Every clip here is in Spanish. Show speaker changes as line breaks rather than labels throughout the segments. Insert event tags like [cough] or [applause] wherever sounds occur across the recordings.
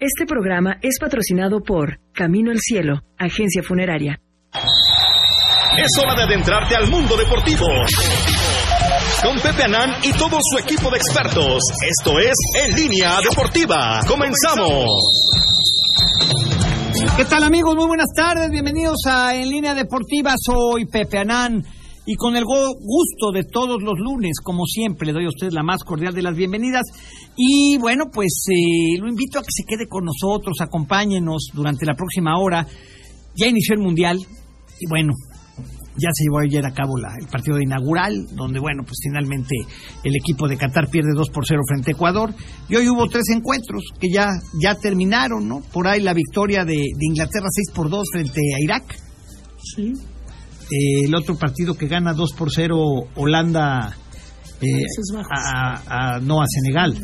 Este programa es patrocinado por Camino al Cielo, agencia funeraria.
Es hora de adentrarte al mundo deportivo. Con Pepe Anán y todo su equipo de expertos. Esto es En Línea Deportiva. Comenzamos.
¿Qué tal amigos? Muy buenas tardes, bienvenidos a En Línea Deportiva, soy Pepe Anán y con el gusto de todos los lunes, como siempre, le doy a ustedes la más cordial de las bienvenidas y bueno, pues eh, lo invito a que se quede con nosotros, acompáñenos durante la próxima hora. Ya inició el Mundial y bueno, ya se llevó ayer a cabo la, el partido de inaugural, donde, bueno, pues finalmente el equipo de Qatar pierde 2 por 0 frente a Ecuador. Y hoy hubo tres encuentros que ya, ya terminaron, ¿no? Por ahí la victoria de, de Inglaterra 6 por 2 frente a Irak.
Sí.
Eh, el otro partido que gana 2 por 0 Holanda. Eh, a, a, no a Senegal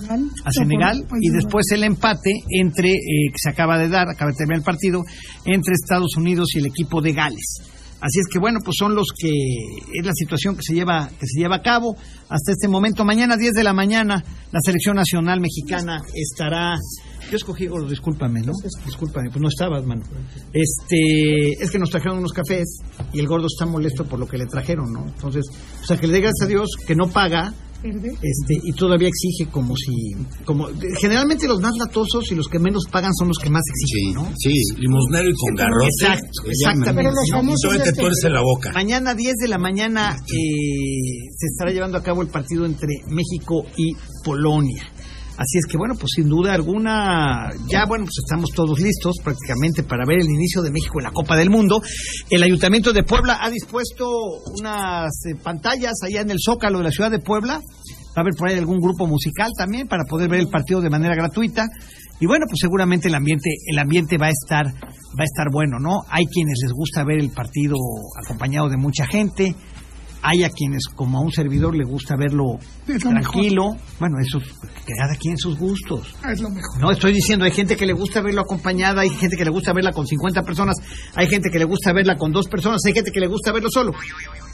a Senegal y después el empate entre eh, que se acaba de dar acaba de terminar el partido entre Estados Unidos y el equipo de Gales Así es que bueno, pues son los que es la situación que se lleva que se lleva a cabo hasta este momento. Mañana 10 de la mañana la selección nacional mexicana estará yo escogí, oh, discúlpame, ¿no? Discúlpame, pues no estabas, mano. Este, es que nos trajeron unos cafés y el gordo está molesto por lo que le trajeron, ¿no? Entonces, o sea, que le dé gracias a Dios que no paga este, y todavía exige como si como generalmente los más latosos y los que menos pagan son los que más exigen
sí,
¿no?
sí limosnero y con garrote
exacto exactamente
llaman, ¿no? y te tuerce la boca
mañana 10 de la mañana eh, se estará llevando a cabo el partido entre México y Polonia Así es que bueno, pues sin duda alguna, ya bueno, pues estamos todos listos prácticamente para ver el inicio de México en la Copa del Mundo. El Ayuntamiento de Puebla ha dispuesto unas eh, pantallas allá en el Zócalo de la ciudad de Puebla. Va a haber por ahí algún grupo musical también para poder ver el partido de manera gratuita. Y bueno, pues seguramente el ambiente, el ambiente va a estar, va a estar bueno, ¿no? Hay quienes les gusta ver el partido acompañado de mucha gente, hay a quienes, como a un servidor, le gusta verlo tranquilo. Mejor. Bueno, eso cada quien sus gustos.
ah, Es lo mejor.
No, estoy diciendo, hay gente que le gusta verlo acompañada, hay gente que le gusta verla con 50 personas, hay gente que le gusta verla con dos personas, hay gente que le gusta verlo solo.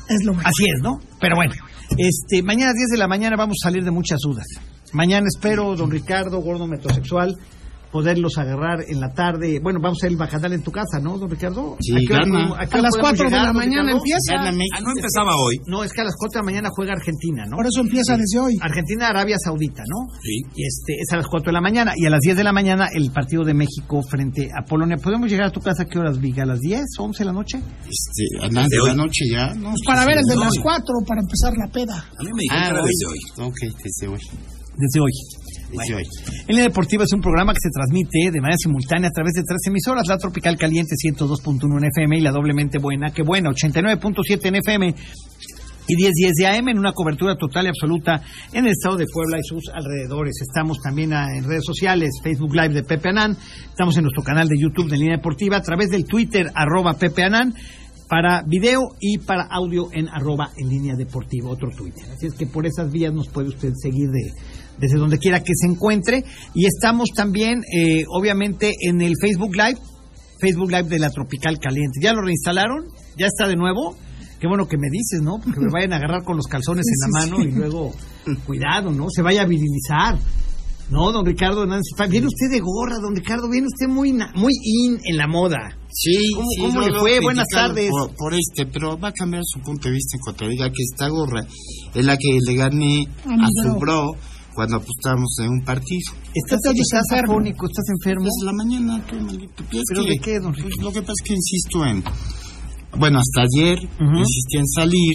Es lo mejor.
Así es, ¿no? Pero bueno, este, mañana a 10 de la mañana vamos a salir de muchas dudas. Mañana espero, don Ricardo, gordo metrosexual, poderlos agarrar en la tarde. Bueno, vamos a ir al bacanal en tu casa, ¿no, don Ricardo?
Sí, ¿A,
hora,
gana.
a, a las 4 llegar,
de la mañana empieza.
Ah, no empezaba hoy.
No, es que a las 4 de la mañana juega Argentina, ¿no?
Por eso empieza sí. Ah, desde hoy.
Argentina, Arabia Saudita, ¿no?
Sí.
Y este, es a las 4 de la mañana. Y a las 10 de la mañana el partido de México frente a Polonia. ¿Podemos llegar a tu casa a qué horas, Viga? ¿A las 10, 11 de la noche?
Este, a las de, de la noche ya.
No, pues para ver el de hoy. las 4, para empezar la peda.
A mí me dijeron ah, desde hoy.
Ok, desde hoy. Desde hoy. Bueno. En la Deportiva es un programa que se transmite de manera simultánea a través de tres emisoras, la Tropical Caliente 102.1 en FM y la Doblemente Buena, que buena, 89.7 en FM y 1010 10 de AM en una cobertura total y absoluta en el estado de Puebla y sus alrededores. Estamos también ah, en redes sociales, Facebook Live de Pepe Anán, estamos en nuestro canal de YouTube de Línea Deportiva, a través del Twitter arroba Pepe Anán, para video y para audio en arroba en línea deportiva, otro Twitter. Así es que por esas vías nos puede usted seguir de, desde donde quiera que se encuentre. Y estamos también, eh, obviamente, en el Facebook Live, Facebook Live de la Tropical Caliente. ¿Ya lo reinstalaron? ¿Ya está de nuevo? Qué bueno que me dices, ¿no? Porque me vayan a agarrar con los calzones sí, en la mano sí. y luego, cuidado, ¿no? Se vaya a virilizar. No, don Ricardo Nancy, viene usted de gorra, don Ricardo, viene usted muy na, muy in en la moda.
Sí,
¿cómo,
sí,
¿cómo le fue? Buenas tardes.
Por, por, este, pero va a cambiar su punto de vista en cuanto diga que esta gorra es la que le gané a su bro cuando apostamos en un partido.
¿Estás, estás enfermo? Afónico, ¿Estás enfermo?
Pues la mañana, tú, maldito. Pues
¿Pero
que,
de qué, don Ricardo?
Pues lo que pasa es que insisto en... Bueno, hasta ayer uh -huh. insistí en salir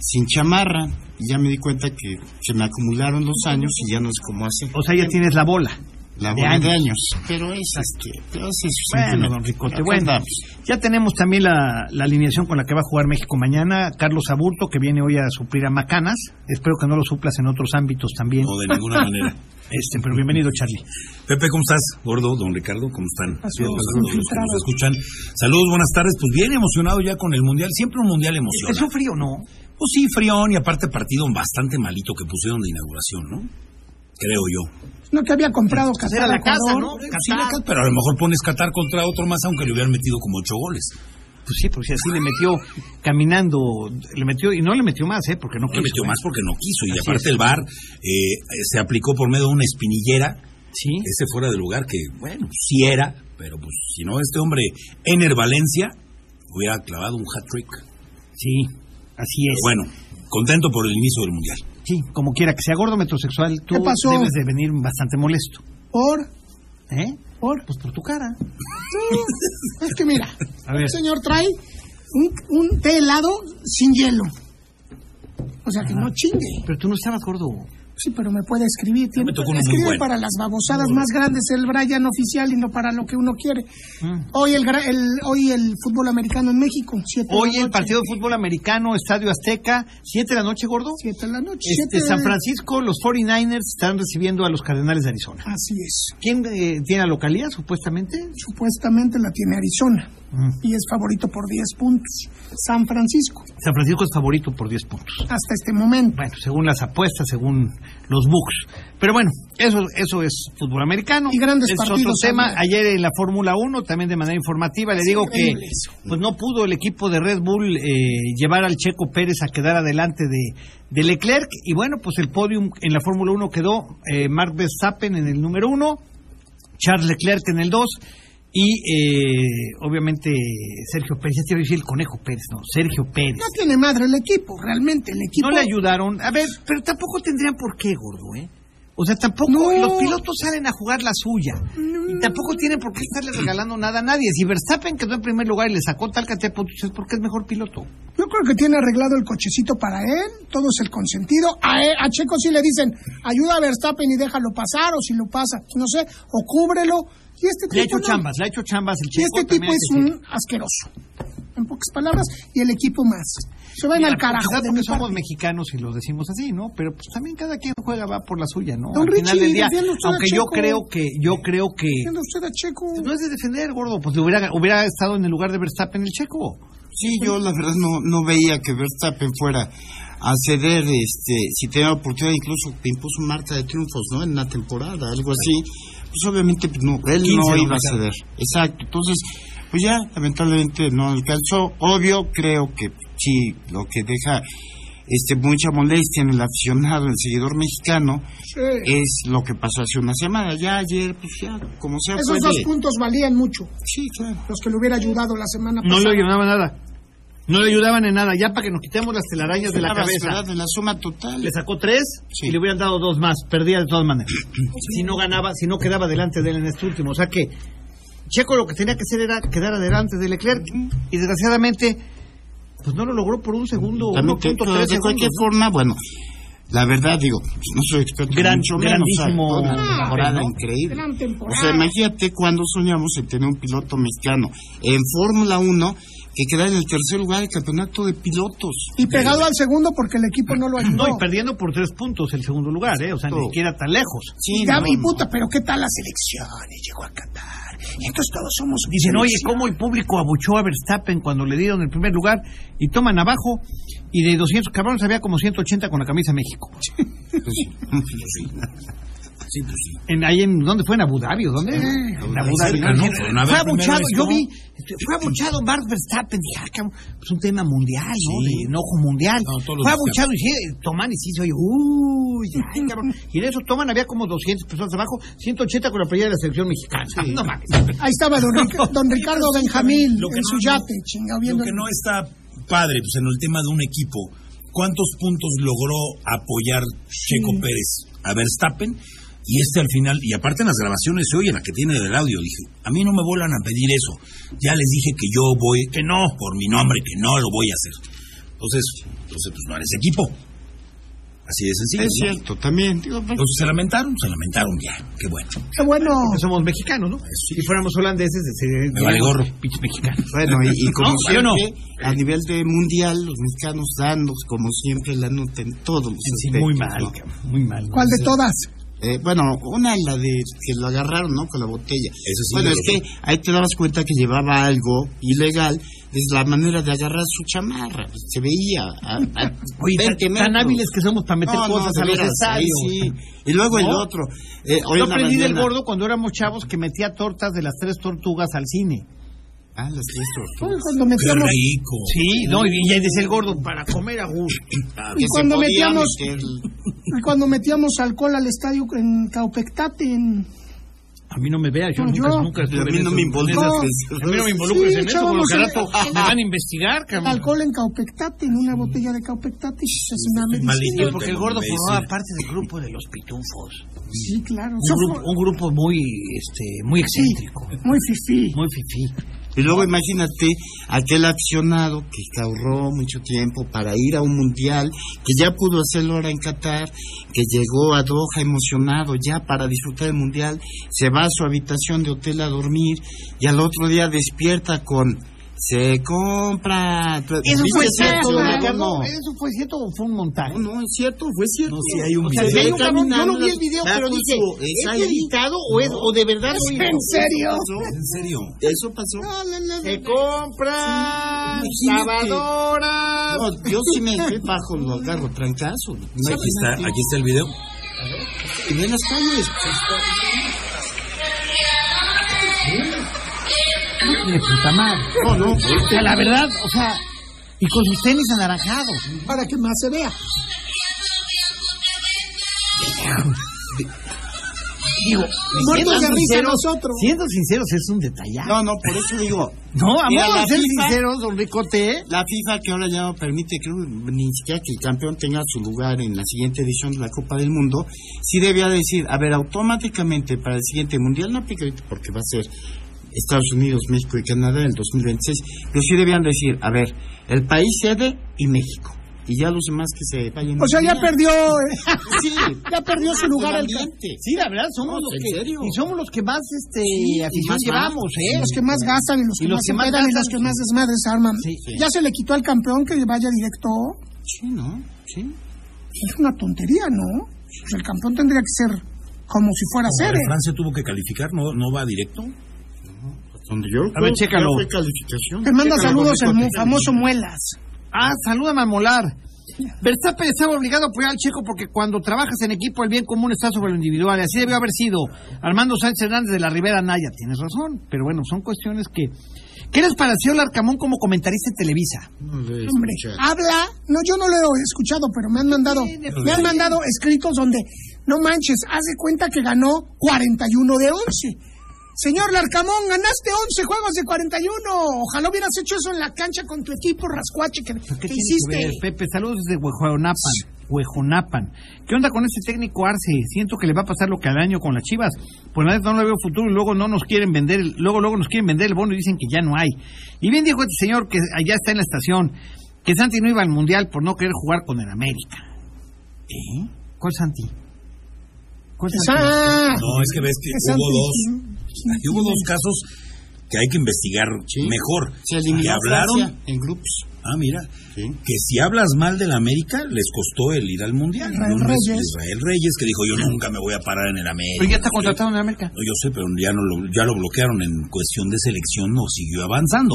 sin chamarra y ya me di cuenta que se me acumularon los años y ya no es como hace.
O sea, ya tienes la bola.
La bola de años. De años. Pero es este, pero es
bueno, don Ricote, bueno, ya tenemos también la, la, alineación con la que va a jugar México mañana. Carlos Aburto, que viene hoy a suplir a Macanas. Espero que no lo suplas en otros ámbitos también.
No, de ninguna manera.
[laughs] Este, pero bienvenido, Charlie.
Pepe, ¿cómo estás? Gordo, don Ricardo, ¿cómo están? Bien, los que nos escuchan. Saludos, buenas tardes. Pues bien emocionado ya con el Mundial. Siempre un Mundial emocionante.
Es un frío, ¿no?
Pues sí, frión y aparte partido bastante malito que pusieron de inauguración, ¿no? Creo yo.
No que había comprado Qatar
a la casa, ¿no?
Qatar.
Ah.
Sí, pero a lo mejor pones Qatar contra otro más, aunque le hubieran metido como ocho goles.
Pues sí, porque así le metió caminando, le metió, y no le metió más, ¿eh? Porque no, no quiso.
Le metió
¿eh?
eh, más porque no quiso, y así aparte es. el VAR eh, se aplicó por medio de una espinillera
Sí.
Ese fuera de lugar que, bueno, sí era, pero pues si no, este hombre, Ener Valencia, hubiera clavado un hat-trick.
Sí, así es.
Bueno, contento por el inicio del Mundial.
Sí, como quiera que sea gordo metrosexual, tú
¿Qué pasó?
debes de venir bastante molesto.
Por.
¿Eh?
Por.
Pues por tu cara.
No, es que mira,
A ver.
el señor trae un, un té helado sin hielo. O sea que no chingue.
Pero tú no estabas gordo.
Sí, pero me puede escribir. Tiene,
tocó uno muy
escribe
bueno.
para las babosadas más grandes el Brian oficial y no para lo que uno quiere.
Mm.
Hoy el, gra- el- hoy el fútbol americano en México. Siete de la
Hoy el
noche.
partido de fútbol americano, Estadio Azteca, 7 de la noche, gordo.
Siete de la noche.
Este,
siete-
San Francisco, los 49ers están recibiendo a los Cardenales de Arizona.
Así es.
¿Quién eh, tiene la localidad, supuestamente?
Supuestamente la tiene Arizona
Mm.
y es favorito por 10 puntos. San Francisco,
San Francisco es favorito por 10 puntos.
hasta este momento.
Bueno, según las apuestas, según los books. Pero bueno, eso, eso es fútbol americano.
Y grandes
es otro
partidos
tema.
también.
Ayer en la Fórmula 1, también de manera informativa, le digo que
increíble
pues no pudo el equipo de Red Bull eh, llevar al Checo Pérez a quedar adelante de, de Leclerc. Y bueno, pues el podium en la Fórmula 1 quedó eh, Mark Verstappen en el número 1, Charles Leclerc en el 2. Y eh, obviamente Sergio Pérez, ya te iba a decir el conejo Pérez, no, Sergio Pérez.
No tiene madre el equipo, realmente el equipo.
No le ayudaron. A ver, pero tampoco tendrían por qué, gordo, ¿eh? O sea, tampoco
No.
los pilotos salen a jugar la suya. Y tampoco tienen por qué estarle regalando nada a nadie. Si Verstappen quedó en primer lugar y le sacó tal cantidad de puntos, es porque es mejor piloto.
Yo creo que tiene arreglado el cochecito para él, todo es el consentido. A, él- a Checo sí le dicen, ayuda a Verstappen y déjalo pasar, o si lo pasa, no sé, o cúbrelo. Y este
Le ha
tipo
hecho
no.
chambas, le ha hecho chambas el
Y
chico.
este tipo
también hay
es
que
un
decir.
asqueroso. En pocas palabras, y el equipo más. Se van
Mira,
al carajo.
quizás
de
porque
mi
somos
parte.
mexicanos y lo decimos así, ¿no? Pero pues también cada quien juega va por la suya, ¿no?
Don
Al final
Richie,
del día,
defienda usted a
aunque yo
Checo.
creo que yo creo que
Entiendo usted a Checo.
no es de defender, gordo, pues hubiera hubiera estado en el lugar de Verstappen el Checo.
Sí, yo la verdad no, no veía que Verstappen fuera a ceder, este, si tenía la oportunidad, incluso te impuso marca de triunfos, ¿no? En una temporada, algo así. Pues obviamente pues, no, él
15
no
lo
iba a
sacaron.
ceder. Exacto. Entonces, pues ya, lamentablemente no alcanzó. Obvio, creo que sí, lo que deja este mucha molestia en el aficionado, en el seguidor mexicano,
Sí.
es lo que pasó hace una semana. Ya ayer, pues ya, como
eh,
sea,
Esos
fue
dos
de-
puntos valían mucho.
Sí, claro.
Los que le hubiera ayudado la semana
No
Pues,
pasada.
le ayudaban nada. No le ayudaban en nada. Ya para que nos quitemos las telarañas de la
Nada más,
cabeza.
¿verdad? De la suma total.
Le sacó tres
Sí. Pues
y le hubieran dado dos más. Perdía de todas maneras. Si no ganaba, si no quedaba delante de él en este último. O sea que Checo lo que tenía que hacer era quedar adelante de Leclerc. Y desgraciadamente, pues no lo logró por un segundo.
También
1.3
te- pero de
segundos,
cualquier
¿no?
forma, bueno, la verdad digo, pues, no soy experto, ni
Gran-
mucho menos, o sea,
grandísimo Ah,
toda una
papel,
temporada
¿no?
increíble.
Gran temporada.
O sea, imagínate cuando soñamos en tener un piloto mexicano en Fórmula 1 que queda en el tercer lugar del campeonato de pilotos.
Y pegado al segundo porque el equipo no lo ayudó.
No, y perdiendo por tres puntos el segundo lugar, ¿eh? O sea, ni
Exacto.
siquiera tan lejos.
Sí,
Ya,
no,
y
no.
puta, pero ¿qué tal la selección? Y llegó a Qatar. Y entonces todos somos.
Dicen, oye,
selección.
¿cómo el público abuchó a Verstappen cuando le dieron el primer lugar? Y toman abajo, y de 200 cabrones había como 180 con la camisa México.
Pues, Sí, pues sí.
En, ahí en, ¿Dónde fue? ¿En Abu Dhabi? o ¿Dónde? en Abu Dhabi.
cerca, ¿no? Fueron a ver
Fue
primero
abuchado,
esto.
yo vi, este, fue abuchado Mark Verstappen, dije, ah, cabrón, pues un tema mundial, ¿no?
Sí.
De enojo mundial.
No, todos los
fue abuchado y sí, eh, toman y sí, se oye, uy, ay, cabrón. Y de esos toman había como 200 personas abajo, 180 con la playera de la selección mexicana. No mames.
Ahí estaba don, Ric- don Ricardo Benjamín
Lo que
en
no-
su yate, chingado,
Lo
viendo.
que no está padre, pues en el tema de un equipo, ¿cuántos puntos logró apoyar Checo Pérez a Verstappen? Y este al final, y aparte en las grabaciones se oye la que tiene del audio, dije, a mí no me vuelan a pedir eso. Ya les dije que yo voy, que no, por mi nombre, que no lo voy a hacer. Entonces, entonces pues no eres equipo. Así de sencillo.
Es
¿no?
cierto, también. Digo, pues, bueno,
Entonces se lamentaron, se lamentaron ya. Qué bueno.
Qué bueno.
Porque somos mexicanos, ¿no? Si fuéramos holandeses, sería
Me vale gorro.
pinches mexicanos.
Bueno, y, y como
[laughs] No, yo
siempre,
no.
a nivel de mundial, los mexicanos danos, como siempre, la nota en todos los
Sí,
aspectos,
muy
Este, ¿no?
mal, cabrón, muy mal.
¿Cuál de todas?
Eh, bueno, una la de que lo agarraron, ¿no? Con la botella.
Eso sí
bueno,
me
es
lo
que ahí te dabas cuenta que llevaba algo ilegal. Es la manera de agarrar su chamarra. pues, Se veía. A, a
[laughs] Oye, tan-
20
tan
metros.
hábiles que somos para meter
No, no,
cosas
de
a los
veras, ahí
estadios.
sí. Y luego el
¿No?
otro. Eh, hoy
Yo
en la
aprendí del
mañana-
gordo cuando éramos chavos que metía tortas de las tres tortugas al cine.
Ah, las tres tortugas.
Cuando
Qué
metíamos.
rico.
Sí, no, y y ahí decía el gordo, para comer a gusto.
Ah,
y
que se
cuando
podía
metíamos-
meter-
Y cuando metíamos alcohol al estadio en Caupectate, en
A mí no me veas, yo
No,
nunca,
yo-
nunca
A
estuve
mí
en
no
eso.
me involucres.
No.
A mí no me involucres
Sí,
en eso,
echábamos
porque al rato
el-
me van a investigar,
El
cabrón.
alcohol en caupectate, en una botella de caupectate, es una medicina.
Malito.
Porque el gordo formaba parte del grupo de los pitufos.
Sí, claro.
Un
Yo
grupo,
fui-
un grupo muy, este, muy excéntrico.
Muy fifí.
Muy fifí.
Y luego imagínate aquel accionado que ahorró mucho tiempo para ir a un mundial, que ya pudo hacerlo ahora en Qatar, que llegó a Doha emocionado ya para disfrutar del mundial, se va a su habitación de hotel a dormir y al otro día despierta con se compra.
¿Eso fue
¿Viste
cierto,
todo lo que
Ricardo?
no?
¿Eso fue cierto o fue un montaje?
No, no, es cierto, fue cierto.
No, sí hay un
O sea,
video.
se ve
Yo
no- yo no vi el
caminando,
video,
va
pero
con
dije,
su-
¿es
ahí.
editado o es- o de verdad lo hizo? ¿En serio?
En serio.
Eso pasó. Se compra
lavadora.
No, yo sí me fui bajo los agarro trancazo. No,
Aquí está, aquí este está el video.
Y ve las calles.
De puta madre.
No, no.
O sea, la verdad, o sea, y con sus tenis anaranjados.
Para que más se vea.
Digo,
Muertos de
siendo
risa
sinceros-
nosotros.
Siendo sinceros, es un detallazo.
No, no, por eso digo,
No, a
Mira, la
ser
FIFA-
sinceros, don Ricote,
la FIFA que ahora ya no permite creo, ni siquiera que el campeón tenga su lugar en la siguiente edición de la Copa del Mundo, sí debía decir, a ver, automáticamente para el siguiente Mundial no aplica ahorita porque va a ser Estados Unidos, México y Canadá en el 2026, pero sí debían decir, a ver, el país sede y México. Y ya los demás que se vayan.
O sea, ya perdió. eh,
[laughs]
Sí,
Ya perdió su lugar al
ambiente.
Sí, la verdad, somos
No,
los
¿en
que
serio?
y somos los que más este
Sí,
afición
más
llevamos, eh.
Los que más gastan y
Y
los que
los
más
que más
se pegan y los
gastan.
que más desmadres arman.
Sí, sí.
Ya se le quitó al campeón que vaya directo.
Sí, ¿no? Sí.
Es una tontería, ¿no? Pues el campeón tendría que ser como si fuera sede.
Francia tuvo que calificar, no, no va directo.
Donde yo
A ver, chécalo.
fue calificación.
Te manda
Chécalo,
saludos el
Juan
mu-
Ricote.
famoso Muelas.
Ah, salúdame a Molar. Verstappen estaba obligado a apoyar al checo porque cuando trabajas en equipo el bien común está sobre lo individual. Y así debió haber sido Armando Sánchez Hernández de la Rivera Naya. Tienes razón, pero bueno, son cuestiones que... ¿Qué les pareció el Arcamón como comentarista de Televisa?
No lo he
Hombre,
escuchado.
habla. No, yo no lo he escuchado, pero me han mandado, me han mandado escritos donde, no manches, haz de cuenta que ganó 41 de 11. Señor Larcamón, ganaste 11 juegos de 41. Ojalá hubieras hecho eso en la cancha con tu equipo rascuache que,
¿Qué
que
tiene
hiciste.
que ver, Pepe, saludos desde Huejonapan. Huejonapan. ¿Qué onda con este técnico Arce? Siento que le va a pasar lo que al año con las Chivas. Por la vez no le veo futuro y luego no nos quieren vender, el- luego luego nos quieren vender el bono y dicen que ya no hay. Y bien dijo este señor que allá está en la estación que Santi no iba al mundial por no querer jugar con el América. ¿Qué? ¿Cuál Santi? ¿Cuál Santi?
Ah,
No, es que ves que
es
hubo dos.
anti-
Y hubo dos casos que hay que investigar
Sí.
mejor.
Se
que
eliminó
hablaron.
Francia en grupos.
Ah, mira.
Sí.
Que si hablas mal de la América, les costó el ir al mundial.
Israel
Y uno es
Reyes.
Israel Reyes, que dijo: Yo nunca me voy a parar en el América.
Pero ya está contratado en el América.
No, yo sé, pero ya, no lo, ya lo bloquearon en cuestión de selección, no siguió avanzando.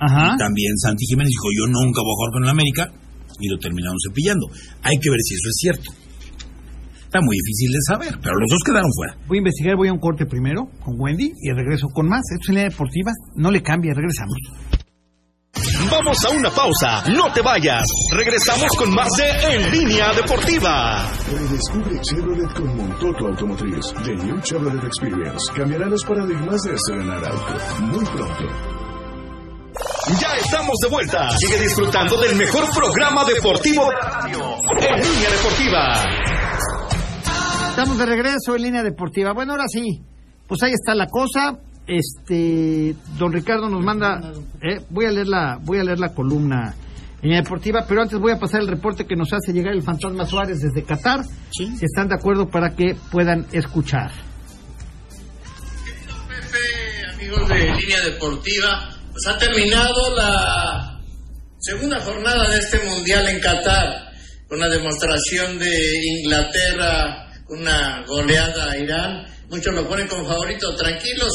Ah.
Ajá.
También Santi Jiménez dijo, yo nunca voy a jugar con el América, y lo terminaron cepillando. Hay que ver si eso es cierto. Está muy difícil de saber, pero los dos quedaron fuera.
Voy a investigar, voy a un corte primero con Wendy y regreso con más. Esto es Línea Deportiva, no le cambia, regresamos.
Vamos a una pausa, no te vayas. Regresamos con más de En Línea Deportiva.
Redescubre Chevrolet con Montoto Automotriz. The New Chevrolet Experience cambiará los paradigmas de estrenar auto. Muy pronto.
Ya estamos de vuelta. Sigue disfrutando del mejor programa deportivo de la radio. En Línea Deportiva.
Estamos de regreso en línea deportiva. Bueno, ahora sí, pues ahí está la cosa. Este, don Ricardo nos manda, eh, voy a leer la, voy a leer la columna en línea deportiva, pero antes voy a pasar el reporte que nos hace llegar el fantasma Suárez desde Qatar.
Sí.
Si están de acuerdo para que puedan escuchar.
Pepe, amigos de Línea Deportiva, pues ha terminado la segunda jornada de este Mundial en Qatar, con la demostración de Inglaterra, una goleada a Irán, muchos lo ponen como favorito, tranquilos,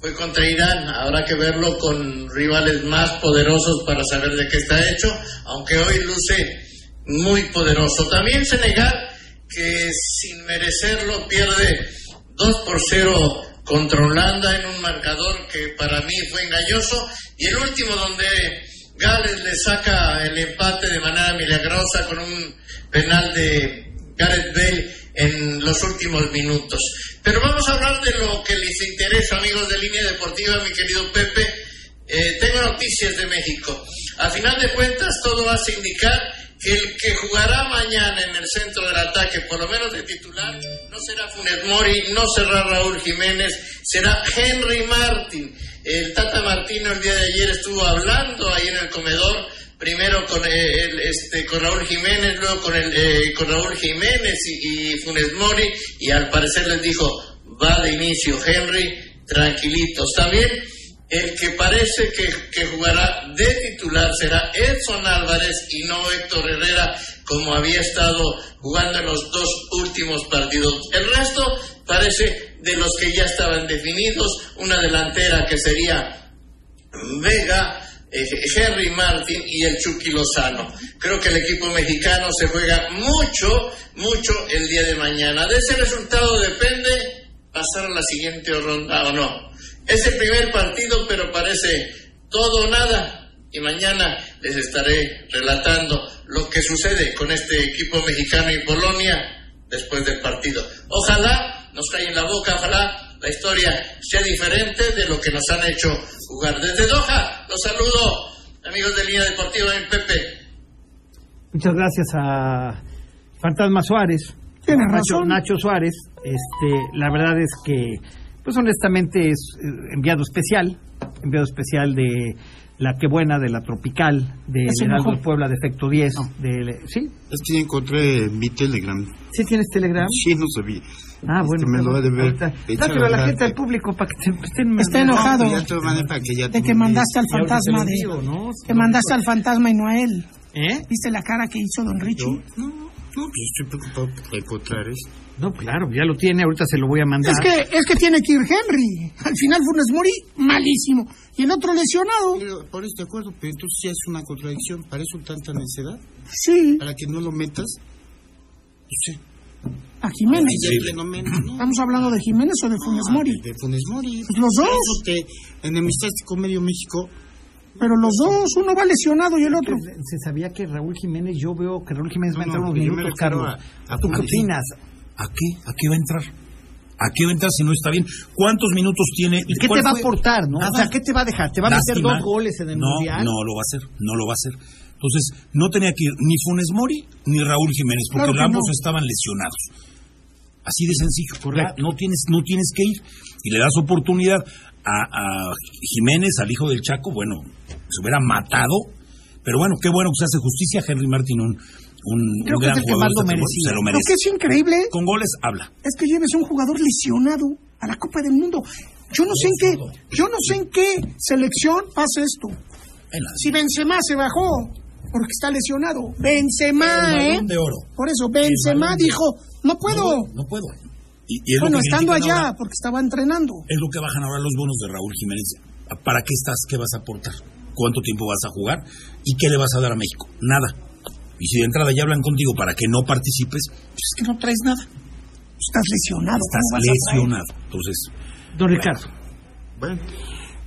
fue contra Irán, habrá que verlo con rivales más poderosos para saber de qué está hecho, aunque hoy luce muy poderoso. También Senegal, que sin merecerlo pierde 2 por 0 contra Holanda en un marcador que para mí fue engañoso. Y el último donde Gales le saca el empate de manera milagrosa con un penal de Gareth Bale en los últimos minutos. Pero vamos a hablar de lo que les interesa, amigos de Línea Deportiva, mi querido Pepe. Eh, tengo noticias de México. A final de cuentas, todo hace indicar que el que jugará mañana en el centro del ataque, por lo menos de titular, no será Funes Mori, no será Raúl Jiménez, será Henry Martin. El Tata Martino el día de ayer estuvo hablando ahí en el comedor primero con eh, el, este con Raúl Jiménez, luego con el eh, con Raúl Jiménez y, y, Funes Mori y al parecer les dijo va de inicio Henry, tranquilitos. También el que parece que, que jugará de titular será Edson Álvarez y no Héctor Herrera como había estado jugando en los dos últimos partidos. El resto parece de los que ya estaban definidos, una delantera que sería Vega, eh, Henry Martin y el Chucky Lozano. Creo que el equipo mexicano se juega mucho, mucho el día de mañana. De ese resultado depende pasar a la siguiente ronda o no. Es el primer partido, pero parece todo o nada. Y mañana les estaré relatando lo que sucede con este equipo mexicano y Polonia después del partido. Ojalá nos caiga en la boca, ojalá la historia sea diferente de lo que nos han hecho jugar. Desde Doha, los saludo, amigos de Línea Deportiva en Pepe.
Muchas gracias a Fantasma Suárez.
Tiene
Nacho,
razón.
Nacho Suárez. Este, la verdad es que, pues honestamente es eh, enviado especial, enviado especial de la que buena, de la tropical, de
Es el
Heraldo
mejor.
Puebla, de Efecto 10, de, sí,
Es que ya encontré mi Telegram.
sí tienes Telegram.
Sí, no sabía.
Ah,
Este
bueno.
me lo ha de ver.
ahorita.
Échalo
Dáselo a la
adelante.
gente, al público, para que te- estén...
Está enojado
Ya te mandé para que ya
de
te
que
lo
mandaste al
Y ahorita te
fantasma
lo
de...
digo, ¿no? pues,
Que mandaste al fantasma y no a él.
¿Eh?
¿Viste la cara que hizo don
lees. Yo,
Richie?
no, no, pues estoy preocupado por encontrar eso.
No, claro, ya lo tiene, ahorita se lo voy a mandar.
Es que, es que tiene que ir Henry. Al final Funes Mori, malísimo. Y el otro lesionado.
Pero, por eso de acuerdo, pero entonces ya es una contradicción. Para eso tanta necedad,
Sí,
para que no lo metas. pues Sí.
a Jiménez.
Ya que no metas, ¿no?
¿Estamos hablando de Jiménez o de Funes Mori?
De Funes Mori.
Pues los dos.
Eso te enemistaste con medio México.
Pero los dos, uno va lesionado y el otro.
Pues, se sabía que Raúl Jiménez, yo veo que Raúl Jiménez va a
No,
entrar
no,
unos
yo me
minutos,
refiero
Carlos.
a- a
¿Tú qué
Funes.
opinas?
¿A qué? ¿A qué va a entrar? ¿A qué va a entrar si no está bien? ¿Cuántos minutos tiene?
¿Y qué
¿Cuál
te va a
fue?
aportar, no?
Nada.
O sea, ¿qué te va a dejar? ¿Te va a meter
Lástima.
dos goles en el
no,
Mundial?
No, lo va a hacer, no lo va a hacer. Entonces, no tenía que ir ni Funes Mori ni Raúl Jiménez, porque
Claro que
ambos
no.
estaban lesionados. Así de sencillo. Correcto. No tienes, no tienes que ir. Y le das oportunidad a, a Jiménez, al hijo del Chaco, bueno, se hubiera matado. Pero bueno, qué bueno que se hace justicia. Henry Martin, un, un,
Creo
un
que es
gran
el que
jugador.
más lo
de fútbol,
merecía.
se lo
Lo
merece.
que es increíble
Con goles habla.
es que lleves un jugador lesionado a la Copa del Mundo. Yo no sé en qué, yo no sé en qué selección pasa esto.
Bueno,
Si Benzema se bajó porque está lesionado, Benzema,
El
¿eh?
balón de oro.
Por eso Benzema
balón de-
dijo, no puedo.
No, no puedo. Y, y es lo
Bueno,
que
estando
critican ahora.
allá porque estaba entrenando.
Es lo que bajan ahora los bonos de Raúl Jiménez. ¿Para qué estás? ¿Qué vas a aportar? ¿Cuánto tiempo vas a jugar? ¿Y qué le vas a dar a México? Nada. Y si de entrada ya hablan contigo para que no participes, pues es que no traes nada.
Estás lesionado.
Estás
¿cómo vas a traer?
lesionado. Entonces,
Don Ricardo.
Bueno,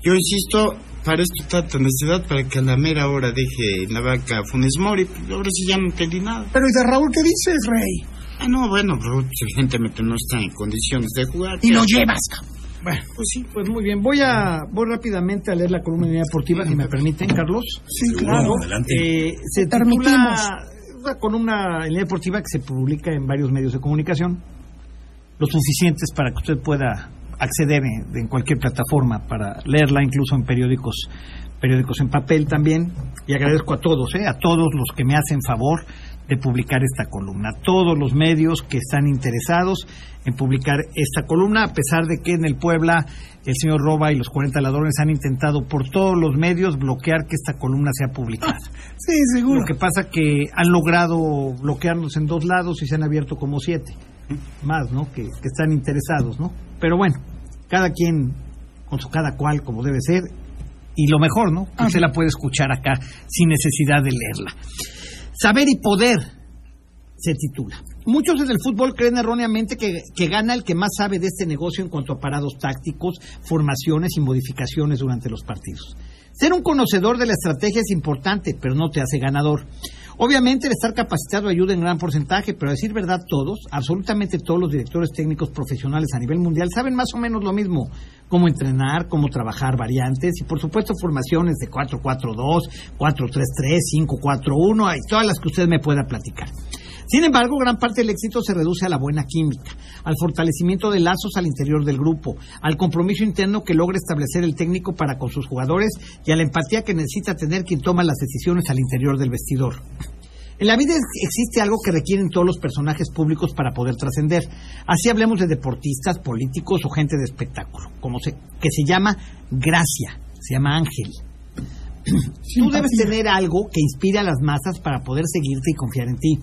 yo insisto, para esto tanta necesidad, para que a la mera hora deje en la vaca a Funes Mori, pues, ahora sí ya no entendí nada.
Pero ¿y de Raúl qué dices, Rey?
Ah, no, bueno, pero evidentemente no está en condiciones de jugar.
Y lo llevas. cabrón.
Bueno, pues sí, pues muy bien. Voy a voy rápidamente a leer la columna de Unidad deportiva, si me permiten, Carlos.
Sí,
bueno,
claro.
adelante.
Eh, se
Permitimos.
titula una columna en línea deportiva que se publica en varios medios de comunicación, lo suficientes para que usted pueda acceder en, en cualquier plataforma para leerla, incluso en periódicos, periódicos en papel también. Y agradezco a todos, eh, a todos los que me hacen favor de publicar esta columna, a todos los medios que están interesados en publicar esta columna, a pesar de que en el Puebla el señor Roba y los 40 ladrones han intentado por todos los medios bloquear que esta columna sea publicada.
Sí, seguro.
Lo que pasa que han logrado bloquearnos en dos lados y se han abierto como siete más, ¿no? Que, que están interesados, ¿no? Pero bueno, cada quien con su cada cual como debe ser y lo mejor, ¿no? Que Usted la puede escuchar acá sin necesidad de leerla. Saber y poder se titula. Muchos desde el fútbol creen erróneamente que, que gana el que más sabe de este negocio en cuanto a parados tácticos, formaciones y modificaciones durante los partidos. Ser un conocedor de la estrategia es importante, pero no te hace ganador. Obviamente el estar capacitado ayuda en gran porcentaje, pero a decir verdad todos, absolutamente todos los directores técnicos profesionales a nivel mundial saben más o menos lo mismo, cómo entrenar, cómo trabajar variantes y por supuesto formaciones de 4-4-2, 4-3-3, 5-4-1 y todas las que usted me pueda platicar. Sin embargo, gran parte del éxito se reduce a la buena química, al fortalecimiento de lazos al interior del grupo, al compromiso interno que logra establecer el técnico para con sus jugadores y a la empatía que necesita tener quien toma las decisiones al interior del vestidor. En la vida existe algo que requieren todos los personajes públicos para poder trascender. Así hablemos de deportistas, políticos o gente de espectáculo, como se, que se llama gracia, se llama ángel. Tú debes tener algo que inspire a las masas para poder seguirte y confiar en ti.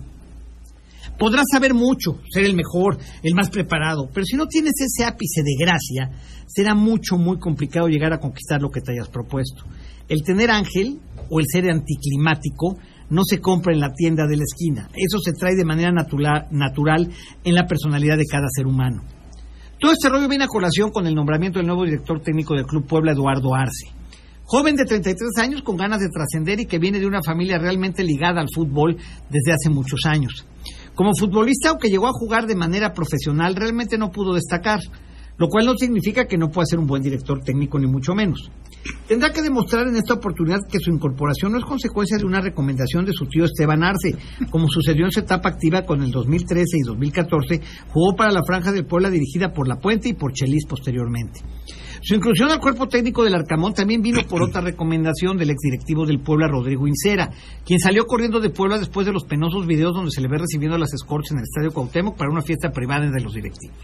Podrás saber mucho, ser el mejor, el más preparado, pero si no tienes ese ápice de gracia, será mucho, muy complicado llegar a conquistar lo que te hayas propuesto. El tener ángel o el ser anticlimático no se compra en la tienda de la esquina. Eso se trae de manera natura- natural en la personalidad de cada ser humano. Todo este rollo viene a colación con el nombramiento del nuevo director técnico del Club Puebla, Eduardo Arce. Joven de 33 años con ganas de trascender y que viene de una familia realmente ligada al fútbol desde hace muchos años. Como futbolista, aunque llegó a jugar de manera profesional, realmente no pudo destacar, lo cual no significa que no pueda ser un buen director técnico, ni mucho menos. Tendrá que demostrar en esta oportunidad que su incorporación no es consecuencia de una recomendación de su tío Esteban Arce, como sucedió en su etapa activa con el 2013 y 2014, jugó para la Franja del Puebla dirigida por La Puente y por Chelis posteriormente. Su inclusión al cuerpo técnico del Arcamón también vino por otra recomendación del exdirectivo del Puebla, Rodrigo Incera, quien salió corriendo de Puebla después de los penosos videos donde se le ve recibiendo las escorts en el Estadio Cuauhtémoc para una fiesta privada de los directivos.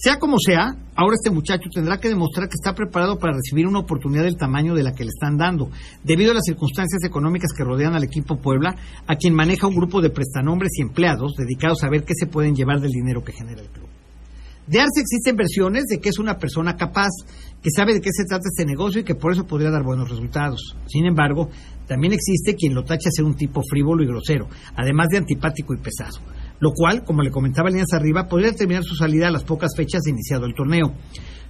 Sea como sea, ahora este muchacho tendrá que demostrar que está preparado para recibir una oportunidad del tamaño de la que le están dando, debido a las circunstancias económicas que rodean al equipo Puebla, a quien maneja un grupo de prestanombres y empleados dedicados a ver qué se pueden llevar del dinero que genera el club. De Arce existen versiones de que es una persona capaz, que sabe de qué se trata este negocio y que por eso podría dar buenos resultados. Sin embargo, también existe quien lo tacha de ser un tipo frívolo y grosero, además de antipático y pesado. Lo cual, como le comentaba Líneas Arriba, podría terminar su salida a las pocas fechas de iniciado el torneo.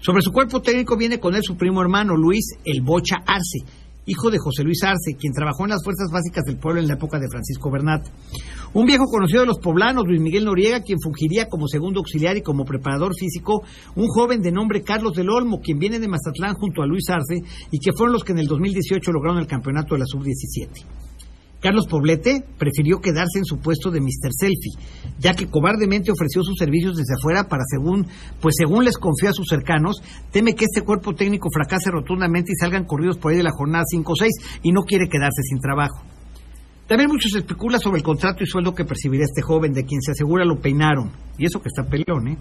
Sobre su cuerpo técnico viene con él su primo hermano Luis El Bocha Arce, hijo de José Luis Arce, quien trabajó en las fuerzas básicas del pueblo en la época de Francisco Bernat. Un viejo conocido de los poblanos, Luis Miguel Noriega, quien fungiría como segundo auxiliar y como preparador físico, un joven de nombre Carlos del Olmo, quien viene de Mazatlán junto a Luis Arce y que fueron los que en el 2018 lograron el campeonato de la Sub-17. Carlos Poblete prefirió quedarse en su puesto de Mr. Selfie, ya que cobardemente ofreció sus servicios desde afuera para según, pues según les confió a sus cercanos, teme que este cuerpo técnico fracase rotundamente y salgan corridos por ahí de la jornada 5 o 6 y no quiere quedarse sin trabajo. También muchos especulan sobre el contrato y sueldo que percibirá este joven, de quien se asegura lo peinaron, y eso que está peleón, ¿eh?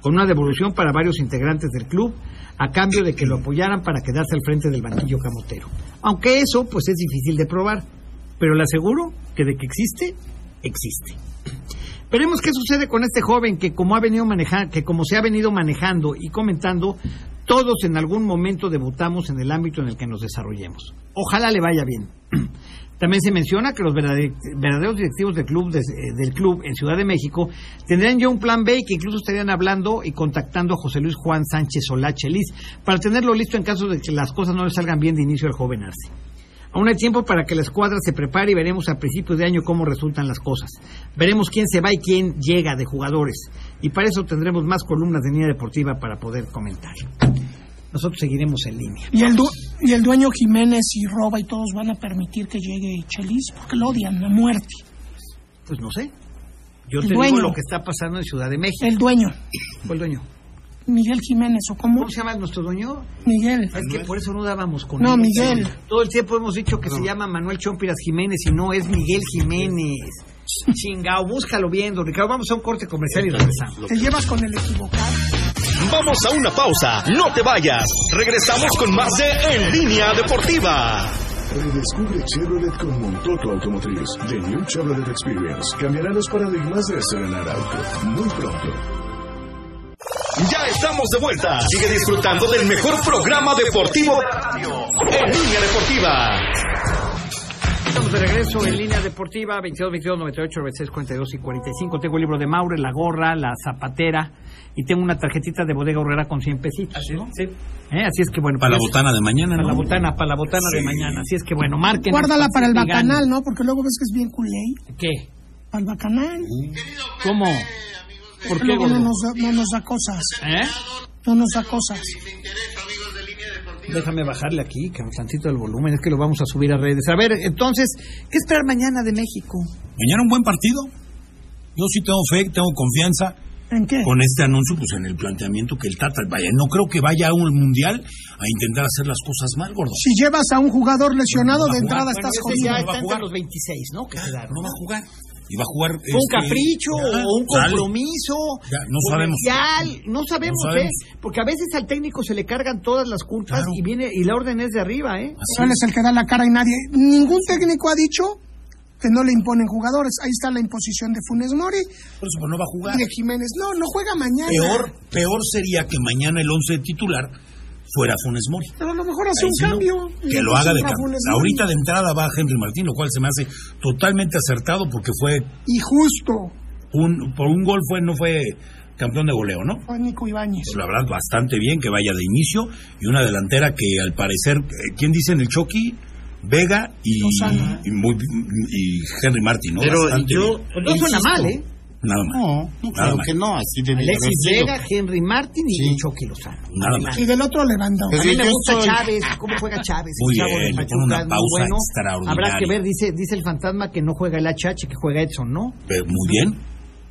con una devolución para varios integrantes del club, a cambio de que lo apoyaran para quedarse al frente del banquillo camotero. Aunque eso, pues es difícil de probar pero le aseguro que de que existe, existe. Veremos qué sucede con este joven que como ha venido manejar, que como se ha venido manejando y comentando, todos en algún momento debutamos en el ámbito en el que nos desarrollemos. Ojalá le vaya bien. También se menciona que los verdade- verdaderos directivos del club, des- eh, del club en Ciudad de México tendrían ya un plan B y que incluso estarían hablando y contactando a José Luis Juan Sánchez Olache Liz para tenerlo listo en caso de que las cosas no le salgan bien de inicio al joven Arce. Aún hay tiempo para que la escuadra se prepare y veremos a principios de año cómo resultan las cosas. Veremos quién se va y quién llega de jugadores. Y para eso tendremos más columnas de línea deportiva para poder comentar. Nosotros seguiremos en línea.
Y el, du- y el dueño Jiménez y Roba y todos van a permitir que llegue Chelis porque lo odian a muerte.
Pues no sé. Yo
El
te
dueño.
digo lo que está pasando en Ciudad de México.
El dueño,
¿Cuál dueño?
Miguel Jiménez, ¿o cómo?
¿Cómo se llama nuestro dueño?
Miguel.
Es que por eso no dábamos con
No,
él.
Miguel.
Todo el tiempo hemos dicho que se llama Manuel Chompiras Jiménez y no es Miguel
[laughs]
Jiménez. Chingao, búscalo viendo, Ricardo. Vamos a un corte comercial y regresamos.
Te llevas con el equivocado.
Vamos a una pausa, no te vayas. Regresamos con más de En Línea Deportiva.
Redescubre Chevrolet con Montoto Automotriz. The New Chevrolet Experience cambiará los paradigmas de estrenar auto. Muy pronto.
Ya estamos de vuelta. Sigue disfrutando del mejor programa deportivo de la radio. En Línea Deportiva.
Estamos Estamos de regreso en línea deportiva 22, 22, 98, 96, 42 y 45. Tengo el libro de Maure, la gorra, la zapatera y tengo una tarjetita de bodega horrera con 100 pesitos. Así,
¿Ah,
sí. ¿Eh? Así es que bueno.
Para la
pues,
botana de mañana,
Para
¿no?
la botana, para la botana de
Sí.
mañana. Así es que bueno, marquen.
Guárdala para el
Y ganen.
bacanal, ¿no? Porque luego ves que es bien culé.
¿Qué?
Para el bacanal.
¿Cómo? ¿Por qué,
Luego no
gordo?
nos, da, no nos da cosas.
¿Eh?
No nos da cosas.
Déjame bajarle aquí, cabrón, tantito el volumen, es que lo vamos a subir a redes. A ver, entonces, ¿qué esperar mañana de México?
Mañana un buen partido. Yo sí tengo fe, tengo confianza
¿En qué?
con este anuncio, pues en el planteamiento que el Tata vaya. No creo que vaya a un mundial a intentar hacer las cosas mal, gordo.
Si llevas a un jugador lesionado,
No va
de
a jugar.
entrada
Bueno,
estás
ese
jodido.
ya está entre los
26, ¿no? Que
No va a jugar. Y va a jugar. este,
Fue un capricho o un compromiso
Ya, no sabemos.
comercial, no sabemos,
No sabemos.
¿eh? Porque a veces al técnico se le cargan todas las culpas
Claro.
y viene y la orden es de arriba, ¿eh?
Él es el que da la cara y nadie. Ningún técnico ha dicho que no le imponen jugadores. Ahí está la imposición de Funes Mori
Por eso, pues no va a jugar.
y de Jiménez. No, no juega mañana.
Peor, peor sería que mañana el 11 titular fuera Funes Mori.
Pero a lo mejor hace
Ahí
un
sí no.
cambio.
que lo haga de
Entra
cambio.
Funes Mori.
Ahorita de entrada va Henry Martín, lo cual se me hace totalmente acertado porque fue
Y justo
un por un gol fue no fue campeón de goleo, ¿no?
fue Nico Ibáñez.
Pues la verdad bastante bien que vaya de inicio y una delantera que al parecer eh, quién dice en el Chucky Vega y,
Lozano.
y muy- y Henry Martín, ¿no?
Pero
Bastante
yo-
bien.
Pues no suena
Insisto.
mal, ¿eh?
nada más.
No, no, claro
mal.
que no, así debe de haber
Alexis
sido.
Vega, Henry Martin y
Sí.
Chucky Lozano.
Nada más.
Y del otro Lewandowski.
Pues
A mí me
yo
gusta
estoy-
Chávez, cómo juega Chávez. el
Muy
chavo
bien,
de
le pone
Pachuca
una
es muy
pausa
bueno.
extraordinaria.
Habrá que ver, dice, dice el fantasma que no juega el HH, que juega Edson, ¿no?
Pero Eh, muy bien.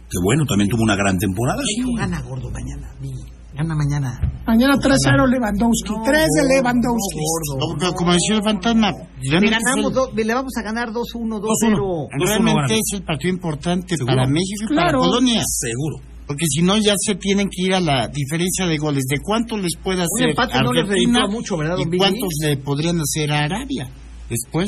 Qué bueno, también tuvo una gran temporada.
México gana gordo mañana, vi. gana mañana.
Mañana 3-0 Lewandowski. 3 de
gordo,
Lewandowski.
no, gordo.
No, pero como decía el fantasma, ya
Le
no-
ganamos dos- le vamos a ganar 2-1, 2-0.
Realmente es el partido importante para México y
Claro.
para Polonia.
Seguro.
Porque si no, ya se tienen que ir a la diferencia de goles. ¿De cuánto les puede hacer
empate no les
Argentina
reditúa mucho, ¿verdad, don
¿Y
Billy?
cuántos le podrían hacer a Arabia después?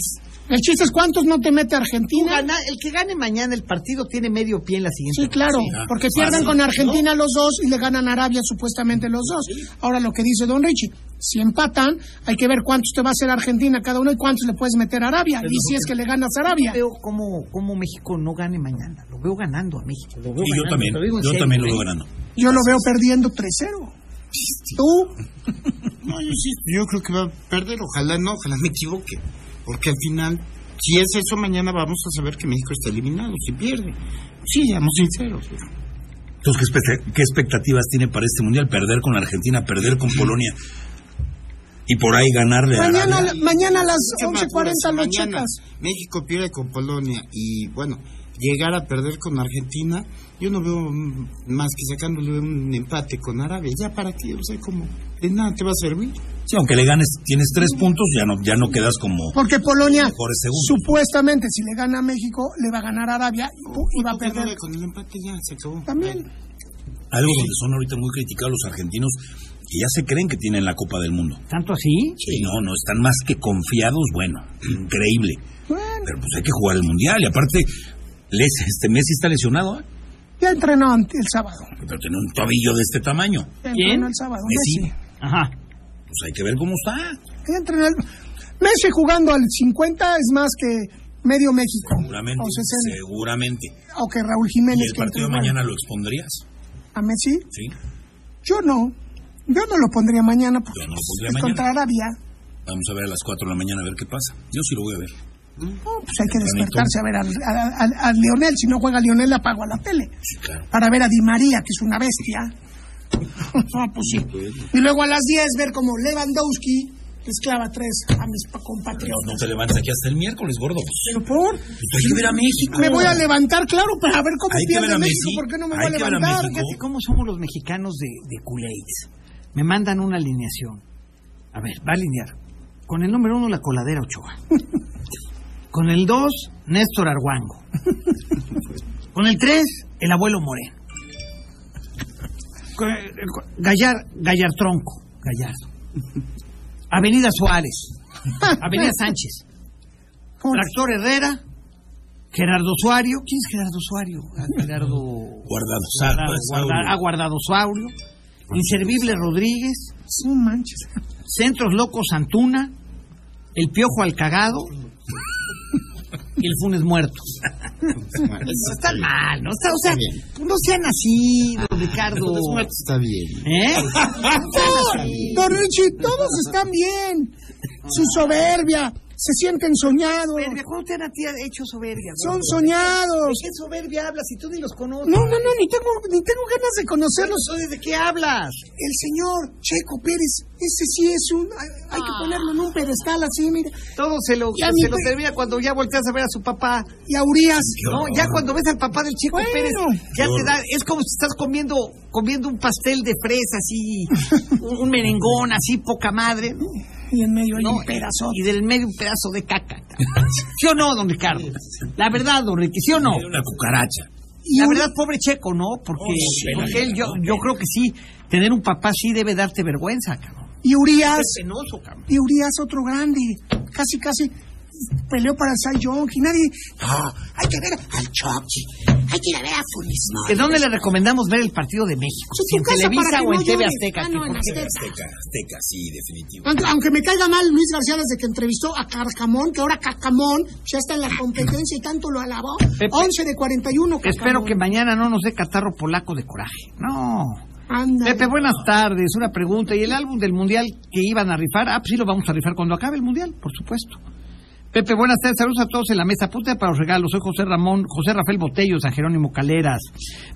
El chiste es cuántos no te mete
Tú
Argentina.
gana- el que gane mañana el partido tiene medio pie en la siguiente.
Sí, claro,
ah,
porque
fácil,
pierden con Argentina los dos y le ganan a Arabia supuestamente los dos. Ahora lo que dice Don Richie, si empatan, hay que ver cuántos te va a hacer Argentina cada uno y cuántos le puedes meter a Arabia. Y si es que le ganas a Arabia.
Yo veo cómo, cómo México no gane mañana. Lo veo ganando a México. Lo veo
Y yo
ganando,
también,
te digo en
yo
serio,
también lo veo
¿eh?
ganando.
Yo lo veo perdiendo 3-0. Tú,
No, yo sí, yo creo que va a perder. Ojalá no, ojalá me equivoque. Porque al final, si es eso, mañana vamos a saber que México está eliminado, si pierde. Sí, seamos sinceros.
Entonces, ¿qué, expect- qué expectativas tiene para este mundial? Perder con Argentina, perder con Polonia y por ahí ganarle a
mañana,
Arabia.
mañana a las
Mucho más
11.40 lo
dura, si mañana
checas.
México pierde con Polonia y bueno, llegar a perder con Argentina, yo no veo mm, más que sacándole un empate con Arabia. Ya para ti, o sea, como de nada te va a servir.
Sí, aunque le ganes, tienes tres puntos, ya no, ya no quedas como
Porque Polonia,
mejores segundos.
supuestamente, si le gana a México, le va a ganar a Arabia y pu- y va a perder
Con el empate ya se acabó.
también.
Algo donde son ahorita muy criticados los argentinos, que ya se creen que tienen la Copa del Mundo.
¿Tanto así?
Sí. No, no, están más que confiados, bueno, increíble.
Bueno,
Pero pues hay que jugar el mundial y aparte, les, este Messi está lesionado, ¿eh?
ya entrenó ante- el sábado.
pero tiene un tobillo de este tamaño.
Ya
¿Quién?
entrenó el sábado.
Messi.
Messi.
Ajá.
Pues hay que ver cómo está.
Ya entrenó el- Messi jugando al 50 es más que medio México.
Seguramente,
O, 60,
seguramente.
o que Raúl
¿Y
Jiménez
el
que
partido de
entró igual.
mañana lo expondrías?
a Messi.
Sí.
Yo no. Yo no lo pondría mañana porque
Yo no lo
pues,
pondría
es
mañana.
contra Arabia.
Vamos a ver a las 4 de la mañana a ver qué pasa. Yo sí lo voy a ver.
No, pues hay que despertarse a ver al- a, a- a Lionel. Si no juega Lionel, la apago a la tele.
Sí, claro.
Para ver a Di María, que es una bestia. [laughs] No, pues sí. Y luego a las 10 ver como Lewandowski les clava tres a mis pa-
Pero
compatriotas.
no te levantes aquí hasta el miércoles, gordo. Pues
Pero por...
hay que ver a México.
Me voy a levantar, claro, para ver cómo
Hay que ver
pierde
a
México.
Messi,
¿Por qué no me
hay
voy a
que ver a
levantar? [laughs]
México.
Fíjate cómo somos los mexicanos de, de culés. Me mandan una alineación. A ver, va a alinear. Con el número uno, la coladera
[laughs]
Ochoa. Con el dos, Néstor Arguango. Con el tres, el abuelo Moreno. Con el- con- Gallar, Gallar Tronco, Gallardo. Avenida Suárez. Avenida
[laughs]
[laughs]
Sánchez. Tractor Herrera. Gerardo Suario. ¿Quién es Gerardo Suario?
[laughs]
Ah, Gerardo
Guardado, pues,
ha
pues,
salvo,
guardado, ha guardado Saurio, Inservible Rodríguez,
No manches.
Centros Locos Antuna, El Piojo al Cagado, y el Funes muerto.
Eso
Está mal, ¿no? Está, o sea, pues, no sean así, don Ricardo.
Está bien. [laughs]
¿Eh?
Don Richie, todos están bien. Su soberbia, se sienten soñados.
Soberbia, ¿Cuándo te han a ti hecho soberbia? güey?
Son soñados.
¿De qué soberbia hablas si tú ni los conoces?
No, no, no, ni tengo, ni tengo ganas de conocerlos.
Entonces, ¿de qué hablas?
El señor Checo Pérez, ese sí es un. Hay, hay que ponerlo en un pedestal así, mira.
Todo se lo,
Ya ni
se lo
pe-
termina cuando ya volteas a ver a su papá.
Y a Urias.
No, ya cuando ves al papá del Chico
Bueno.
Pérez, ya
Yo-
te da, es como si estás comiendo, comiendo un pastel de fresa así, un, un merengón así, poca madre, ¿no?
Y en medio hay
No,
un pedazo.
Y del medio un pedazo de caca. cabrón. ¿Sí o no, don Ricardo? La verdad, don Ricky, ¿sí o no?
Era una cucaracha.
Y
La
un-
verdad, pobre Checo, ¿no? Porque,
Oh,
porque
pena,
él, yo, yo creo que sí, tener un papá sí debe darte vergüenza, cabrón.
Y Urias.
Es penoso, cabrón.
Y Urias, otro grande. Casi, casi peleó para el Cy Young. Y nadie. No, hay que ver al Chucky. Hay que ir a ver a Funes.
¿En dónde le recomendamos ver el partido de México?
Sí, sí,
¿En
Pues casa para
Televisa
que
o en
no
TV
llores.
Azteca?
Ah, no, en
¿Por qué?
Azteca, Azteca, sí, definitivo.
Aunque, aunque me caiga mal Luis García desde que entrevistó a Carcamón, que ahora Carcamón ya está en la competencia y tanto lo alabó.
Pepe.
11 de 41.
Espero
Carcamón.
que mañana no nos dé catarro polaco de coraje. No.
Anda.
Pepe, buenas tardes. Una pregunta. ¿Y el álbum del Mundial que iban a rifar? Ah, pues sí, lo vamos a rifar cuando acabe el Mundial, por supuesto. Pepe, buenas tardes. Saludos a todos en la mesa. Punta para los regalos. Soy José Ramón, José Rafael Botello, San Jerónimo Caleras.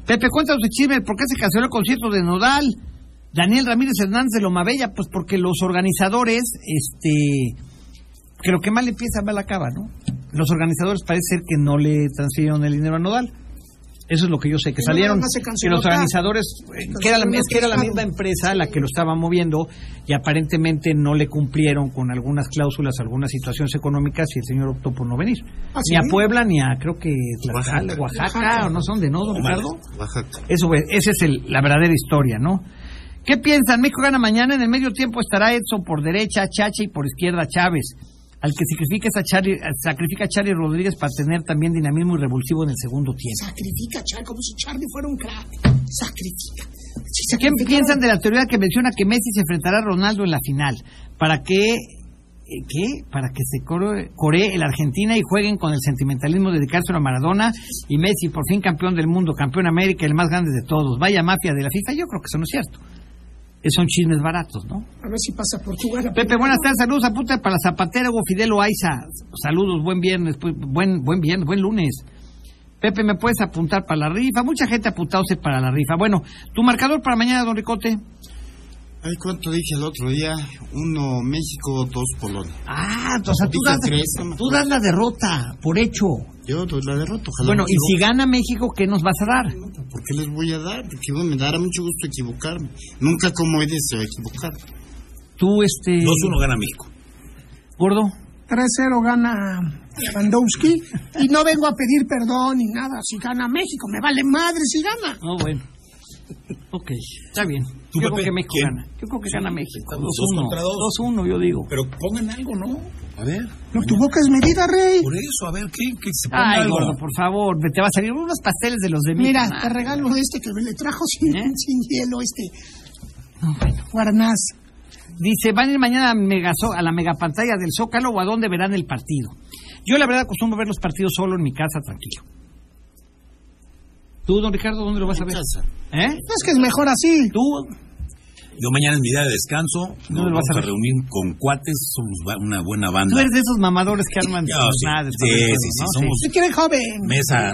Pepe, cuéntanos de chisme. ¿Por qué se canceló el concierto de Nodal? Daniel Ramírez Hernández de Lomabella. Pues porque los organizadores, este... Que lo que mal empieza, mal acaba, ¿no? Los organizadores parece ser que no le transfirieron el dinero a Nodal. Eso es lo que yo sé, que
Y
salieron,
nada más se
que
canceló
los
acá.
organizadores, eh,
Pues
que era, la, es que era la misma empresa la que lo estaba moviendo y aparentemente no le cumplieron con algunas cláusulas, algunas situaciones económicas y el señor optó por no venir.
¿Ah, sí?
Ni a Puebla, ni a creo que Tlaxcala, Oaxaca, o no sé dónde, ¿no, don Ricardo?
Oaxaca.
Eso es, esa es el- la verdadera historia, ¿no? ¿Qué piensan? México gana mañana, en el medio tiempo estará Edson por derecha, Chacha y por izquierda Chávez. Al que sacrifica, es a Charlie, sacrifica a Charlie Rodríguez para tener también dinamismo y revulsivo en el segundo tiempo.
Sacrifica, Char, como si Charlie fuera un crack. Sacrifica. Sí,
¿Qué
sacrifica.
piensan de la teoría que menciona que Messi se enfrentará a Ronaldo en la final? ¿Para que eh, ¿Qué? Para que se core- coree el Argentina y jueguen con el sentimentalismo de dedicárselo a Maradona y Messi, por fin campeón del mundo, campeón América, el más grande de todos. Vaya mafia de la FIFA, yo creo que eso no es cierto. Eh, Son chismes baratos, ¿no?
A ver si pasa Portugal.
Pepe, buenas tardes, saludos apunta para Zapatero, Hugo Fidel Aiza. Saludos, buen viernes, pues, buen, buen viernes, buen lunes. Pepe, ¿me puedes apuntar para la rifa? Mucha gente apuntándose para la rifa. Bueno, tu marcador para mañana, don Ricote.
Ay, ¿cuánto dije el otro día? Uno México, dos Polonia.
Ah, o sea, tú
Ahorita
das,
tres, no me
tú das la derrota, por hecho.
Yo doy la derroto, ojalá.
Bueno,
me
y si
equivoque.
gana México, ¿qué nos vas a dar?
¿Por qué les voy a dar? Porque bueno, me dará mucho gusto equivocarme. Nunca como he deseado equivocar.
Tú, este...
2-1 gana México.
Gordo.
3-0 gana Lewandowski. Y no vengo a pedir perdón ni nada. Si gana México, me vale madre si gana.
No, Ah, bueno. Ok, está bien.
Tú,
Yo creo
Pepe,
que México
¿quién?
gana. Yo creo que gana México.
estamos dos contra dos.
2-1. 2-1, yo digo.
Pero pongan algo, ¿no? A ver.
No, tu boca es medida, rey.
Por eso, a ver, ¿qué? qué se ponga
Ay,
algo?
gordo, por favor, te va a salir unos pasteles de los de mi
Mira,
mamá.
te regalo este que me le trajo sin,
¿Eh?
sin hielo, este. Guarnaz.
Dice, van a ir mañana a, megazo- a la megapantalla del Zócalo o a dónde verán el partido. Yo la verdad acostumbro ver los partidos solo en mi casa, tranquilo. ¿Tú, don Ricardo, dónde lo vas a ver?
Casa.
¿Eh?
No, Es que es mejor así.
¿Tú?
Yo mañana es mi día de descanso.
No
Nos
lo vas
vamos
a
a,
ver.
reunir con cuates. Somos ba- una buena banda.
Tú eres de esos mamadores que arman
Ya, sí.
jornadas,
Sí,
¿no?
sí, sí, somos-
Tú quieres joven.
Mesa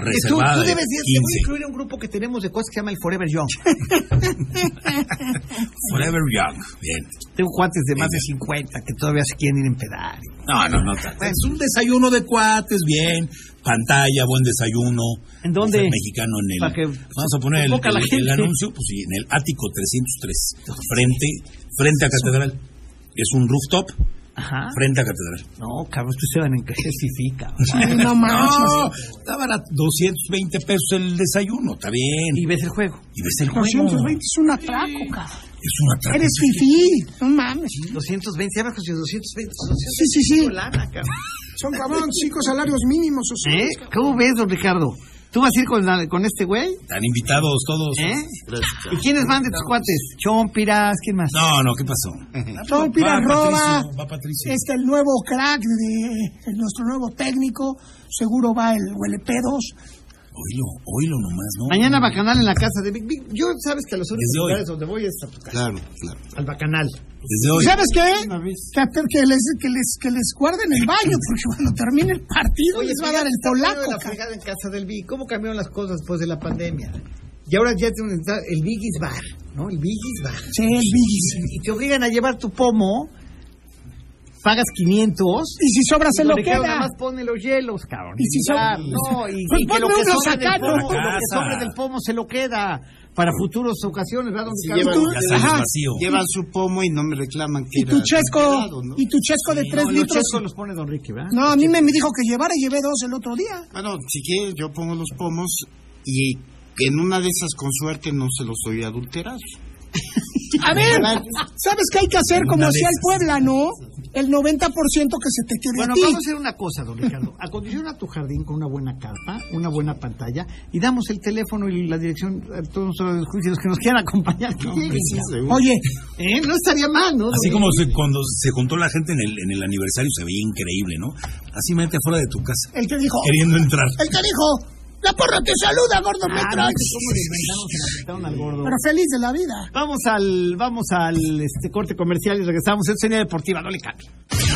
Tú- Tú,
reservada de
debes, te voy a
15.
incluir a un grupo que tenemos de cosas que se llama el Forever Young.
Forever Young. Bien.
Tengo cuates de más de 50 que todavía se quieren ir a empedar.
No, no, no. tanto. Es un desayuno de cuates, bien. Pantalla, buen desayuno.
¿En dónde?
Buffet mexicano en el.
Para que
vamos a poner el,
convoca a la
el- el
gente.
anuncio, pues sí, en el ático 303. Frente, frente a Catedral. Es un rooftop
Ajá.
frente a Catedral.
No, cabrón, ustedes se van a encajar, sí, sí, cabrón.
Sí, no manches.
No, estaban a 220 pesos el desayuno, está bien.
Y ves el juego.
Y ves el
[laughs]
juego.
220 es un atraco, cabrón.
Es una atraco.
Eres fifí. No mames.
220, abajo, si 220,
Sí, sí, sí.
lana, cabrón.
Son cabrón, cinco salarios mínimos. O sea,
¿Eh? ¿Cómo ves, don Ricardo? ¿Tú vas a ir con, la- con este güey?
Están invitados todos.
¿Eh?
Gracias,
¿Y quiénes van de tus cuates? Chompiras, ¿quién más?
No, no, ¿qué pasó?
Chompiras
Va
roba.
Patricio, va Patricio.
Este, el nuevo crack de de nuestro nuevo técnico. Seguro va el huelepedos.
Oílo, oílo nomás, ¿no?
Mañana bacanal en la casa de Big Big. Yo sabes que a los únicos
Desde hoy.
lugares donde voy es a tu casa,
Claro, claro.
al bacanal.
Desde hoy.
¿Sabes qué? Que, que les, que, les, que les guarden el baño, porque cuando termine el partido les va a dar el polaco.
La
ca-
fregada en casa del Big. ¿Cómo cambiaron las cosas después de la pandemia? Y ahora ya te está el Biggie's Bar, ¿no? El Biggie's Bar.
Sí, el Biggie.
Y te obligan a llevar tu pomo, pagas 500.
Y si sobra se lo
Ricardo, nada
queda.
más pone los hielos, cabrón.
Y si son-
ya, no, y,
Pues
y que lo
ponle
que
unos
sobre del
acá,
pomo,
¿no?
lo que
Casa.
sobre del pomo se lo queda para futuras ocasiones, ¿verdad? don
Sí,
Ricardo?
llevan-
Ya sales
Ajá.
vacío.
Llevan su pomo y no me reclaman que
Y tu
era
chesco,
temperado, ¿no?
y tu chesco de
No,
tres
los
litros.
chescos los pone don Ricky, ¿verdad?
No, a mí me me dijo que llevara y llevé dos el otro día.
Bueno, si quieres, yo pongo los pomos y en una de esas, con suerte, no se los doy adulterados.
A ver, ¿sabes qué hay que hacer? Como
Una de
hacía el
esas.
Puebla, ¿no? El 90% que se te quede
Bueno,
a ti.
vamos a hacer una cosa, don Ricardo. Acondiciona tu jardín con una buena carpa, una buena pantalla y damos el teléfono y la dirección a todos los juicios que nos quieran acompañar. que lleguen, cabrón.
Oye,
¿Eh? No estaría mal, ¿no? don
Así
Ricky?
como se- cuando se juntó la gente en el, en el aniversario se veía increíble, ¿no? Así mete afuera de tu casa,
el que dijo,
queriendo entrar.
el que dijo, la porra te saluda, gordo
Ah,
Metrón".
no, que cómo le inventaron, se la quitaron al gordo.
Pero feliz de la vida.
Vamos al, vamos al este, corte comercial y regresamos. Esto es Línea Deportiva, no le cambie.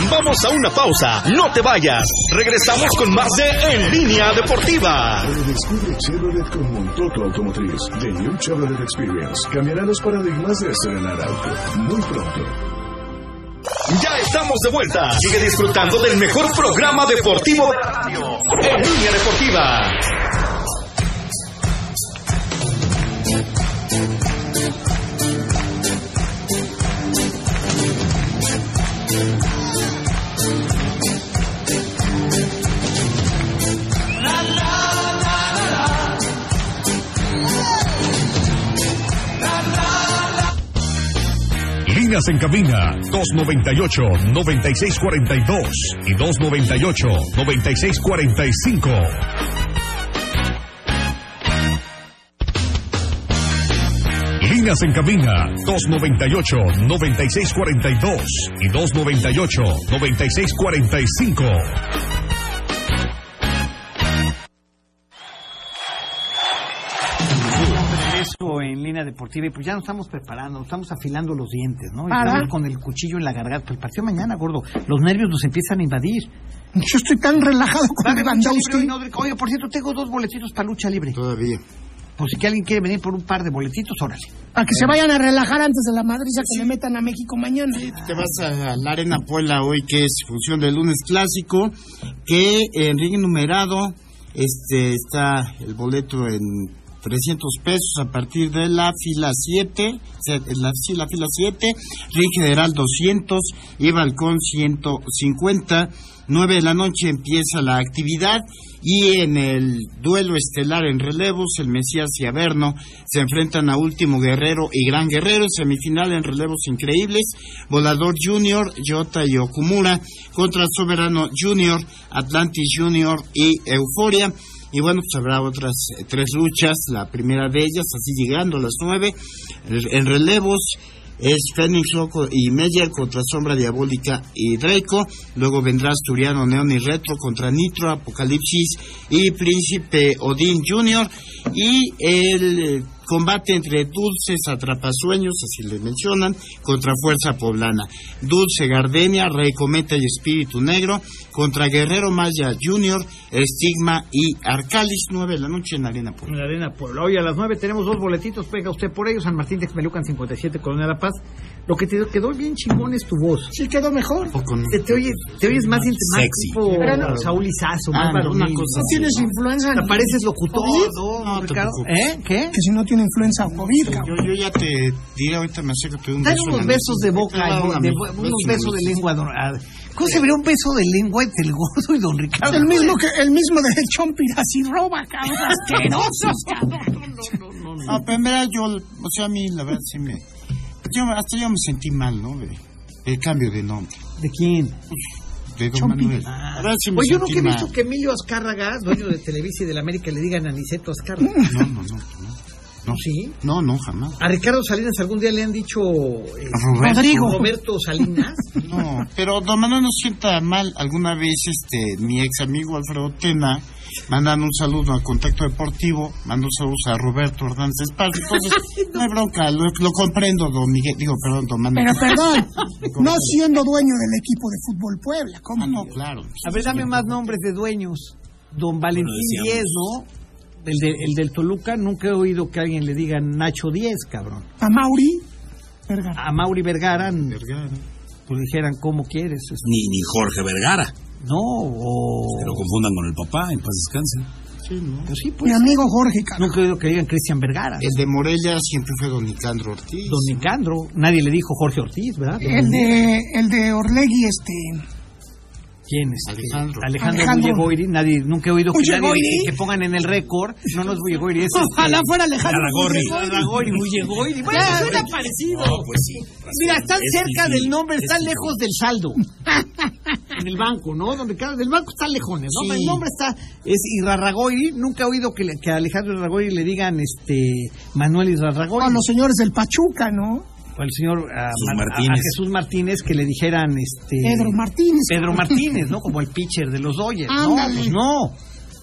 Vamos a una pausa, no te vayas. Regresamos con más de En Línea Deportiva.
Redescubre Chevrolet con Montoto Automotriz. The New Chevrolet Experience cambiará los paradigmas de estrenar auto. Muy pronto.
Ya estamos de vuelta. Sigue disfrutando del mejor programa deportivo de la radio. En Línea Deportiva.
Líneas en cabina 298-9642 y 298-9645. Líneas en cabina 298-9642 y 298-9645.
Eso en línea deportiva y pues ya nos estamos preparando, nos estamos afilando los dientes, ¿no? Y
Para.
Estamos con el cuchillo en la garganta. Pues el partido mañana, gordo. Los nervios nos empiezan a invadir.
Yo estoy tan relajado
Va a
con
haber lucha libre hoy,
Lewandowski.
¿no? Oye, por cierto, tengo dos boletitos para lucha libre.
Todavía.
Por si que alguien quiere venir por un par de boletitos, órale.
Para que se vayan a relajar antes de la madriza que le metan a México mañana.
Te vas a la Arena Puebla hoy, que es función del lunes clásico, que en ring numerado este, está el boleto en 300 pesos a partir de la fila 7, o sea, en la, sí, la fila 7, ring general 200 y balcón 150. 9 de la noche empieza la actividad y en el duelo estelar en relevos, el Mesías y Averno se enfrentan a Último Guerrero y Gran Guerrero, semifinal en relevos increíbles, Volador Junior, Jota y Okumura contra Soberano Junior, Atlantis Junior y Euforia. Y bueno, pues habrá otras eh, tres luchas, la primera de ellas, así llegando a las nueve, en- en relevos, es Fénix Loco y Meyer contra Sombra Diabólica y Draco. Luego vendrá Asturiano, Neon y Retro contra Nitro, Apocalipsis y Príncipe Odín Jr. Y el eh, combate entre Dulces Atrapasueños, así le mencionan, contra Fuerza Poblana. Dulce Gardenia, Rey Cometa y Espíritu Negro contra Guerrero Maya Jr., Estigma y Arcalis, 9 de la noche en la Arena Puebla.
En la Arena Puebla. Hoy a las 9 tenemos dos boletitos, pega usted por ellos, San Martín de Xmelucan 57, Colonia La Paz. Lo que te quedó bien chingón es tu voz.
Sí, quedó mejor.
Poco, ¿no?
Te, te oyes, te oyes más, int- más
Sexy.
tipo
Pero no-
Saúl Izazo,
Ah,
más
no, una
varonil.
cosa
No tienes influenza.
Te
ni-
pareces locutor,
¿Covid?
¿no,
No,
Ricardo?
tampoco.
¿Eh? ¿Qué?
Que si no tiene influenza o COVID, cabrón.
Yo, yo ya te diré, ahorita me acerco, te doy un
Dale
beso en la
unos
nariz.
besos de boca,
Ahí te va
de-
una
de-
mejor,
unos
beso en la
besos de
nariz.
lengua. don- ah, ¿Cómo se vería un beso de lengua entre el gordo y don Ricardo?
El mismo que el mismo de Chompiras y roba,
[laughs]
cabrón. Asquerosos, cabrón.
No, pero mira, yo, o sea, a mí la verdad sí me... Yo, hasta yo me sentí mal, ¿no? De, del cambio de nombre.
¿De quién?
este, don
Chompi.
Manuel. Ahora sí me
Oye, yo
sentí
nunca he
mal.
visto que Emilio Azcárraga, dueño de Televisa y de la América, le digan a Niceto Azcárraga.
Mm.
No, no, no. no. No,
¿Sí?
No, no, jamás.
A Ricardo Salinas algún día le han dicho eh,
Roberto.
Rodrigo Roberto Salinas.
No, pero don Manuel no sienta mal. Alguna vez este mi ex amigo Alfredo Tena mandan un saludo a Contacto Deportivo, mandó saludos a Roberto Hernández Paz.
[laughs]
Entonces, no hay bronca, lo, lo comprendo, don Miguel. Digo, perdón, don Manuel.
[laughs]
Pero perdón, no siendo dueño del equipo de fútbol Puebla, ¿cómo
Ah, no,
no?
claro.
A ver, dame más nombres de dueños. Don Valentín
decíamos.
Díez, ¿no? El, de- el del Toluca, nunca he oído que alguien le diga Nacho Díez, cabrón.
A Mauri Vergara.
A Mauri Vergara, n-
Vergara.
pues dijeran, ¿cómo quieres? este,
Ni, ni Jorge Vergara.
No, o...
Que lo confundan con el papá, en paz descanse.
Sí, ¿no?
Pues sí, pues.
Mi amigo Jorge, cabrón.
Nunca he oído que digan Cristian Vergara.
El de Morelia siempre fue don Nicandro Ortiz.
Don Nicandro, nadie le dijo Jorge Ortiz, ¿verdad?
El de, el de Orlegui, este.
¿Quién es?
Alejandro.
Alejandro,
Alejandro.
Bullegoiri, nadie, nunca he oído que, nadie-
Bullegoiri.
que pongan en el récord, no, no es Bullegoiri, es este
Ojalá fuera Alejandro.
Aragorri.
Bullegoiri, Bullegoiri, bueno,
Ya,
suena
güey.
parecido.
No, pues sí.
Mira, están
Es
cerca
difícil,
del nombre,
es
están
difícil.
lejos del saldo. En el banco, ¿no? Donde cada- del banco está lejones, ¿no?
Sí.
El nombre está, es Irarragoiri, nunca he oído que, le- que a Alejandro Irarragoiri le digan este Manuel
O
Irarragoiri.
a los señores del Pachuca, ¿no?
O al señor a,
Jesús
a- a
Martínez.
Jesús Martínez que le dijeran este
Pedro Martínez.
Pedro Martínez, ¿no? Como el pitcher de los Dodgers, ¿no?
Ándale.
Pues no.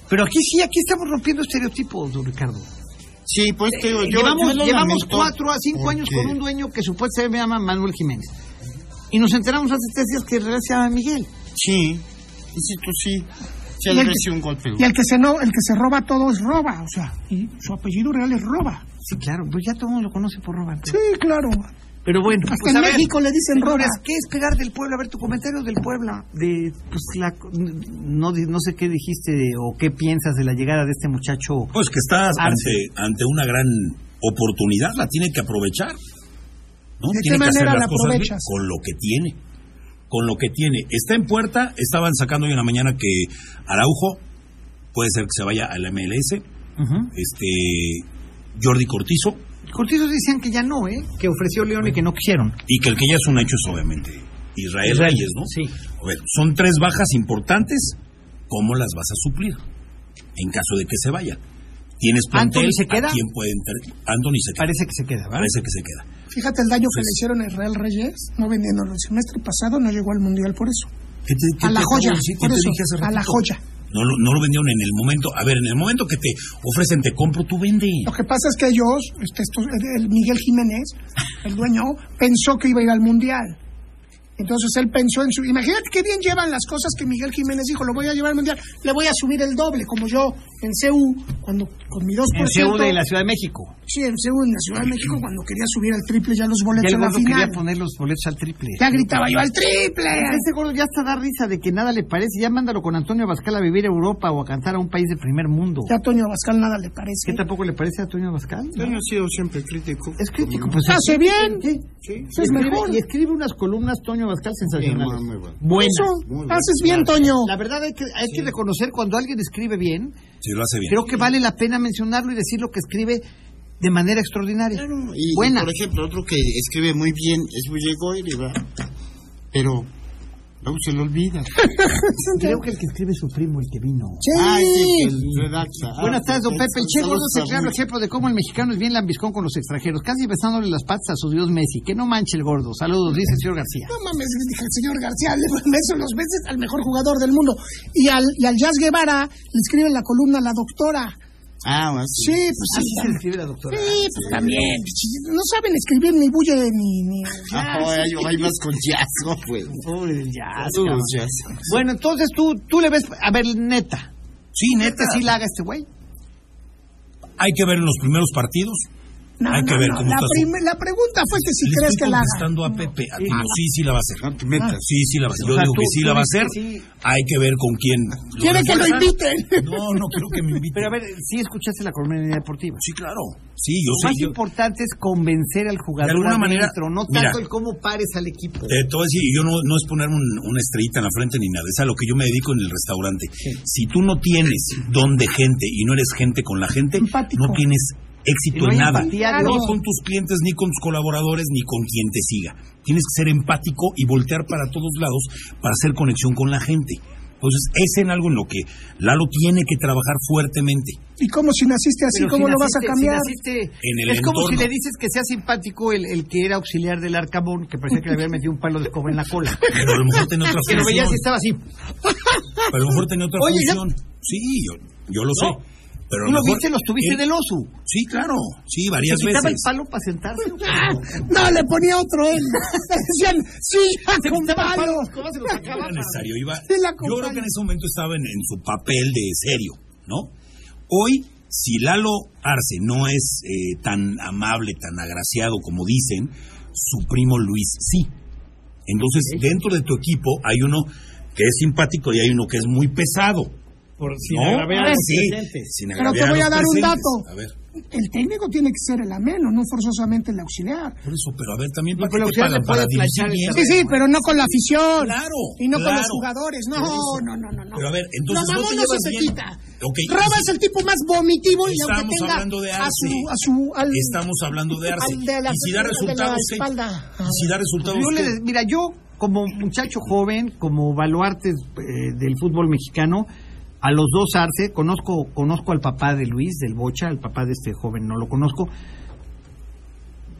Pero aquí sí, aquí estamos rompiendo estereotipos, don Ricardo.
Sí, pues te digo,
Eh,
yo
llevamos
yo lo
llevamos
lamento
cuatro a cinco años
porque-
con un dueño que supuestamente se llama Manuel Jiménez. Y nos enteramos hace tres días que en realidad se llama Miguel.
Sí, y sí, tú sí. Se
Y
le
el que-
recibió un golpe.
Y el que se no, el que se roba todo es roba, o sea, y su apellido real es roba.
Sí, claro, pues ya todo el mundo lo conoce por Roberto.
Sí, claro.
Pero bueno,
Hasta
pues
en
a ver,
México le dicen roba.
señores, ¿qué esperar del pueblo? A ver, tu comentario del Puebla. De, pues, la, no, no sé qué dijiste de- o qué piensas de la llegada de este muchacho
Pues que está
Arce.
ante, ante una gran oportunidad, la tiene que aprovechar. ¿no?
¿De
Tiene
qué
que hacer
manera
las
la
cosas bien
aprovechas?
con lo que tiene. Con lo que tiene. Está en puerta, estaban sacando hoy en la mañana que Araujo puede ser que se vaya al MLS, este Jordi Cortizo,
Cortizos decían que ya no, ¿eh? Que ofreció León y que no quisieron.
y que el que ya es un hecho es obviamente Israel,
Israel,
Reyes, ¿no?
sí.
A ver, son tres bajas importantes, ¿cómo las vas a suplir? En caso de que se vaya. ¿Tienes plantel?
¿Anthony se
¿A
queda?
quién puede entrar? Anthony se queda.
Parece que se queda, ¿verdad?
Parece que se queda.
Fíjate el daño que
Pues
le hicieron a Israel Reyes, no vendiéndolo. El semestre pasado no llegó al mundial por eso.
¿Qué te- qué
A la
te acabo
joya,
de decir? ¿Qué
por
te
eso,
dije hace
a la
ratito?
joya.
No lo, no lo vendieron en el momento. A ver, en el momento que te ofrecen, te compro, tú vende.
Lo que pasa es que ellos, este, estos- el- el Miguel Jiménez, el dueño, pensó que iba a ir al mundial. Entonces él pensó en su. Imagínate qué bien llevan las cosas que Miguel Jiménez dijo: Lo voy a llevar al mundial, le voy a subir el doble, como yo en CU, cuando con mi 2%.
En CEU de la Ciudad de México.
Sí, en CU en la Ciudad de México, cuando quería subir al triple ya los
Ya
boletos
el
en la
gordo quería
final.
poner los boletos al triple.
Ya gritaba yo al triple.
Este gordo ya hasta da risa de que nada le parece. Ya mándalo con Antonio Abascal a vivir a Europa o a cantar a un país de primer mundo.
Ya a Toño Abascal nada le parece.
¿Qué tampoco le parece a Antonio Abascal?
Yo he sido siempre crítico.
Es crítico, pues.
Hace bien.
¿Qué?
Eso Ah, es
Escribe-
mejor.
Y escribe unas columnas Toño Abascal sensacionales.
Muy bueno, muy
Buenas.
Eso,
muy bien.
haces bien, Toño.
La verdad hay que, hay que reconocer cuando alguien escribe bien,
Si lo hace bien.
creo que vale la pena mencionarlo y decir lo que escribe de manera extraordinaria.
Y,
Buena.
por ejemplo, otro que escribe muy bien es Bullegoiri, ¿verdad? Pero luego se le olvida.
[laughs] Creo que el que escribe es su primo, el que vino.
Ah, sí, que el redacta. Ah,
Buenas tardes, don Pepe. El Che Gordo
saludos
es el claro
a Bullegoiri.
ejemplo de cómo el mexicano es bien lambiscón con los extranjeros, casi besándole las patas a su dios Messi. Que no manche el gordo. Saludos, dice el señor García.
No mames, dije al señor García, le beso los veces al mejor jugador del mundo. Y al, y al Jazz Guevara le escribe la columna la doctora.
Ah, bueno, sí.
Sí, pues sí.
Así se le escribe la doctora.
Sí, pues también. No saben escribir ni bulle ni. ni...
Ah, ay, yo voy más con Yazo, pues.
Pobre del jazz,
Saludos,
cabrón.
Yazo.
Bueno, entonces tú, tú le ves. A ver, neta. Sí, neta, sí la haga este güey.
Hay que ver en los primeros partidos.
No,
Hay que
no,
ver
no.
cómo
la,
está su-
prim- la pregunta fue que si
Le
crees que
estoy
la haga.
contestando a Pepe. a Tino. Sí, sí la va a hacer.
No te metas.
Sí, sí la va a hacer. Yo
O sea,
digo
tú-
que sí
tú
la va a hacer.
dices que sí.
Hay que ver con quién.
Quiere que lo inviten.
No, no creo que me invite.
Pero a ver, sí escuchaste la columna deportiva.
Sí, claro. Sí, yo
Lo
sé.
más
yo-
importante es convencer al jugador
De alguna manera,
adentro, no
mira.
tanto el cómo pares al equipo.
Eh, Te, te voy a decir, yo no, no es poner un- una estrellita en la frente ni nada, es a lo que yo me dedico en el restaurante. Si tú no tienes don de gente y no eres gente con la gente,
Empático.
no tienes éxito
Y no
en
hay
nada.
empatía,
no
Dios.
con tus clientes, ni con tus colaboradores, ni con quien te siga. Tienes que ser empático y voltear para todos lados para hacer conexión con la gente. Entonces, es en algo en lo que Lalo tiene que trabajar fuertemente.
[laughs] ¿Y cómo si naciste así?
Pero
¿Cómo
si
lo vas a
naciste-
cambiar?
si naciste-
En el
es como si
entorno.
le dices que sea simpático el, el que era auxiliar del Arcamón, que parecía que le habían metido un palo de escoba en la
[laughs]
cola.
Pero a lo mejor tenía otra
[laughs] Que lo veías y
función.
estaba así.
Pero a lo mejor tenía otra
Oye, ya-
función. Sí, yo, yo lo sé.
No.
Pero a
Tú lo
mejor
viste, lo tuviste
él-
del oso.
Sí, claro. Sí,
Se
varias
quitaba el
veces. Ah,
palo para sentarse.
No, le ponía otro [laughs] él. Le decían, sí,
Se
con
quitaba el
palo.
palo. ¿Cómo se lo sacaba?
[laughs] era necesario. Iba,
Sí, la
yo creo
acompaño.
que en ese momento estaba en, en su papel de serio, ¿no? Hoy, si Lalo Arce no es eh, tan amable, tan agraciado como dicen, su primo Luis sí. Entonces, dentro de tu equipo hay uno que es simpático y hay uno que es muy pesado.
Por si
¿no?
agraviar a los
Sí,
presentes.
sin
Pero te
agraviar
voy a
los
dar un
presentes.
dato.
A ver,
El técnico tiene que ser el ameno, no forzosamente el auxiliar.
por eso, pero a ver, también
Pero
para
el
qué te
auxiliar
pagan?
te puede
para dirigir
planchar el
bien.
Sí, sí, pero no con la afición.
Claro,
Y no con
claro.
los jugadores. No, no, no, no. no.
Pero a ver, entonces
Lo
no te
mamón no
llevas
se te
bien.
quita.
Ok, y
Raba es el tipo más vomitivo y aunque
Estamos
tenga
hablando de
a su,
Arce.
a su, al,
[laughs] Estamos hablando de Arce.
al de la,
y si
de
da
la
resultados, ¿qué?
espalda.
Y si da resultados,
Yo
¿qué?
le- mira, yo como muchacho joven, como baluarte eh, del fútbol mexicano, a los dos Arce, conozco, conozco al papá de Luis, del Bocha, al papá de este joven no lo conozco.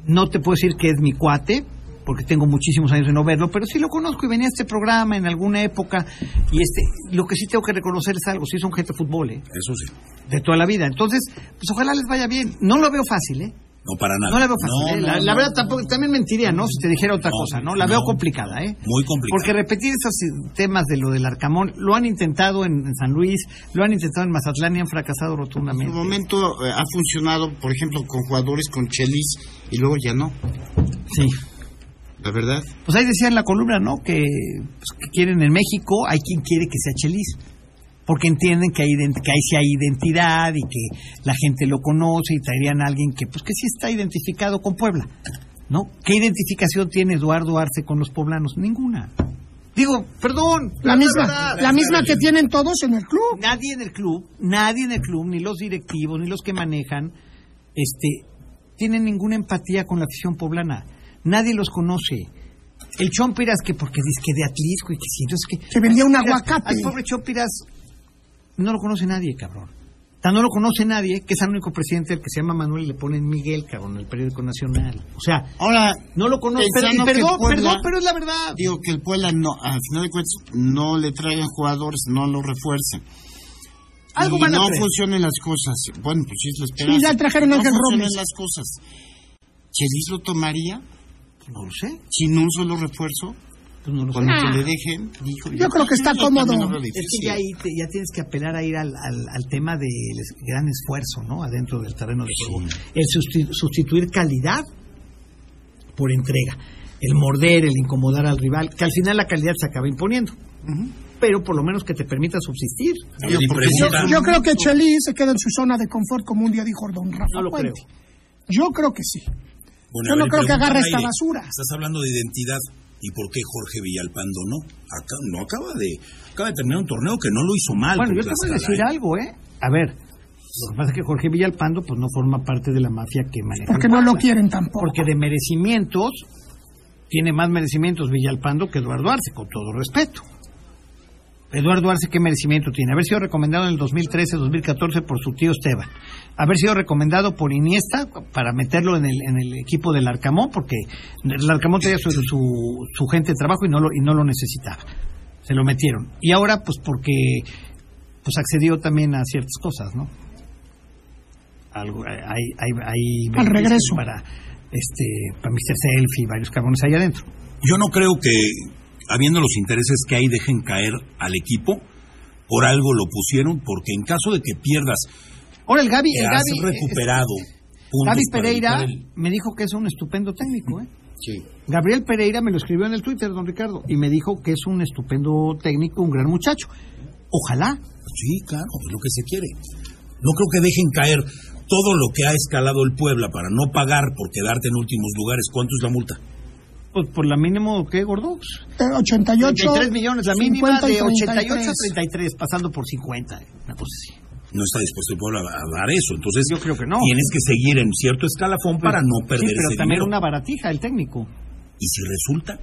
No te puedo decir que es mi cuate, porque tengo muchísimos años de no verlo, pero sí lo conozco y venía a este programa en alguna época. Y este, lo que sí tengo que reconocer es algo, sí es un gente de fútbol, ¿eh?
Eso sí.
de toda la vida. Entonces, pues ojalá les vaya bien. No lo veo fácil, ¿eh?
No para nada.
No la veo fácil. eh.
No,
la,
no,
la
no.
verdad, tampoco, también mentiría, ¿no? Si te dijera otra
No,
cosa, ¿no? La veo
no.
complicada, ¿eh?
Muy complicado.
Porque repetir esos eh, temas de lo del Arcamón, lo han intentado en, en San Luis, lo han intentado en Mazatlán y han fracasado
En su
rotundamente.
momento eh, ha funcionado, por ejemplo, con jugadores con Chelis y luego ya no,
Sí.
la verdad.
Pues ahí decía en la columna, ¿no? Que, pues, que quieren en México, hay quien quiere que sea Chelis. Porque entienden que, hay, ident- que ahí sí hay identidad y que la gente lo conoce y traerían a alguien que, pues, que sí está identificado con Puebla, ¿no? ¿Qué identificación tiene Eduardo Arce con los poblanos? Ninguna. Digo, perdón.
La misma,
verdad.
la misma que tienen todos en el club.
Nadie en el club, nadie en el club, ni los directivos, ni los que manejan, este, tienen ninguna empatía con la afición poblana. Nadie los conoce. El Chompiras, que porque dice que de Atlisco y que si no es que.
Que vendía un
Chompiras,
aguacate.
Al pobre Chompiras no lo conoce nadie, cabrón. Tan no lo conoce nadie que es el único presidente al que se llama Manuel y le ponen Miguel, cabrón, en el periódico nacional. O sea,
Ahora,
no lo conoce. pero- y
Pensando que
perdón,
Puebla-
perdón, pero es la verdad.
digo que el Puebla, no, al final de cuentas, no le traigan jugadores, no lo refuerzan.
Algo
y
van a
no
traer.
funcionan las cosas. Bueno, pues sí, lo
Sí, ya trajeron a
no
Ángel
funcionan
Robles.
las cosas. Chelis lo tomaría
No lo sé,
sin un solo refuerzo,
pues no lo sé.
con lo
Ah.
que le dejen. Híjole,
Yo creo que está
también
cómodo.
lo veo
Es
difícil.
que ya, ahí te- ya tienes que apelar a ir al, al- al tema del es- gran esfuerzo, ¿no? Adentro del terreno de juego. El susti- sustituir calidad por entrega. El morder, el incomodar al rival, que al final la calidad se acaba imponiendo. Pero por lo menos que te permita subsistir.
A ver, y
Yo,
pregunta,
yo creo que Chelí se queda en su zona de confort, como un día dijo don Rafa
No lo
Puente.
creo.
Yo creo que sí.
bueno,
yo
a
no
ver, y
creo que
pregunta
agarre
al
esta
aire.
basura.
Estás hablando de identidad. ¿Y por qué Jorge Villalpando no? Acá- no acaba de acaba de terminar un torneo que no lo hizo mal.
Bueno, yo
contra
te voy a
Aztlán,
decir
¿eh?
algo, ¿eh? A ver, lo que pasa es que Jorge Villalpando pues no forma parte de la mafia que maneja.
Porque
el
no lo
Puebla.
quieren tampoco.
Porque de merecimientos, tiene más merecimientos Villalpando que Eduardo Arce, con todo respeto. Eduardo Arce, ¿qué merecimiento tiene? Haber sido recomendado en el 2013-2014 por su tío Esteban. Haber sido recomendado por Iniesta para meterlo en el, en el equipo del Arcamón, porque el Arcamón tenía su, su- su gente de trabajo y no, lo, y no lo necesitaba. Se lo metieron. Y ahora, pues porque pues accedió también a ciertas cosas, ¿no? Algo, eh, hay, hay, hay
Al regreso.
para este para Mr. Selfie, varios cabrones ahí adentro.
Yo no creo que, habiendo los intereses que hay, dejen caer al equipo. Por algo lo pusieron, porque en caso de que pierdas,
Ahora el Gaby,
que
el
has
Gaby,
recuperado.
eh,
puntos
Gaby
para
Pereira
evitar el-
me dijo que es un estupendo técnico, ¿eh?
Sí.
Gabriel Pereira me lo escribió en el Twitter, don Ricardo, y me dijo que es un estupendo técnico, un gran muchacho. Ojalá.
Sí, claro, es lo que se quiere. No creo que dejen caer todo lo que ha escalado el Puebla para no pagar por quedarte en últimos lugares. ¿Cuánto es la multa?
Pues por la mínimo, ¿qué, gordo?
Eh, 88.
33 millones, la mínima
50 y
de 88 a
33.
33, pasando por 50, eh, una cosa así.
no está dispuesto el pueblo a, a dar eso. Entonces,
Yo creo que no.
tienes que seguir en cierto escalafón para no perder
sí, pero
ese
también
dinero.
una baratija el técnico.
Y si resulta,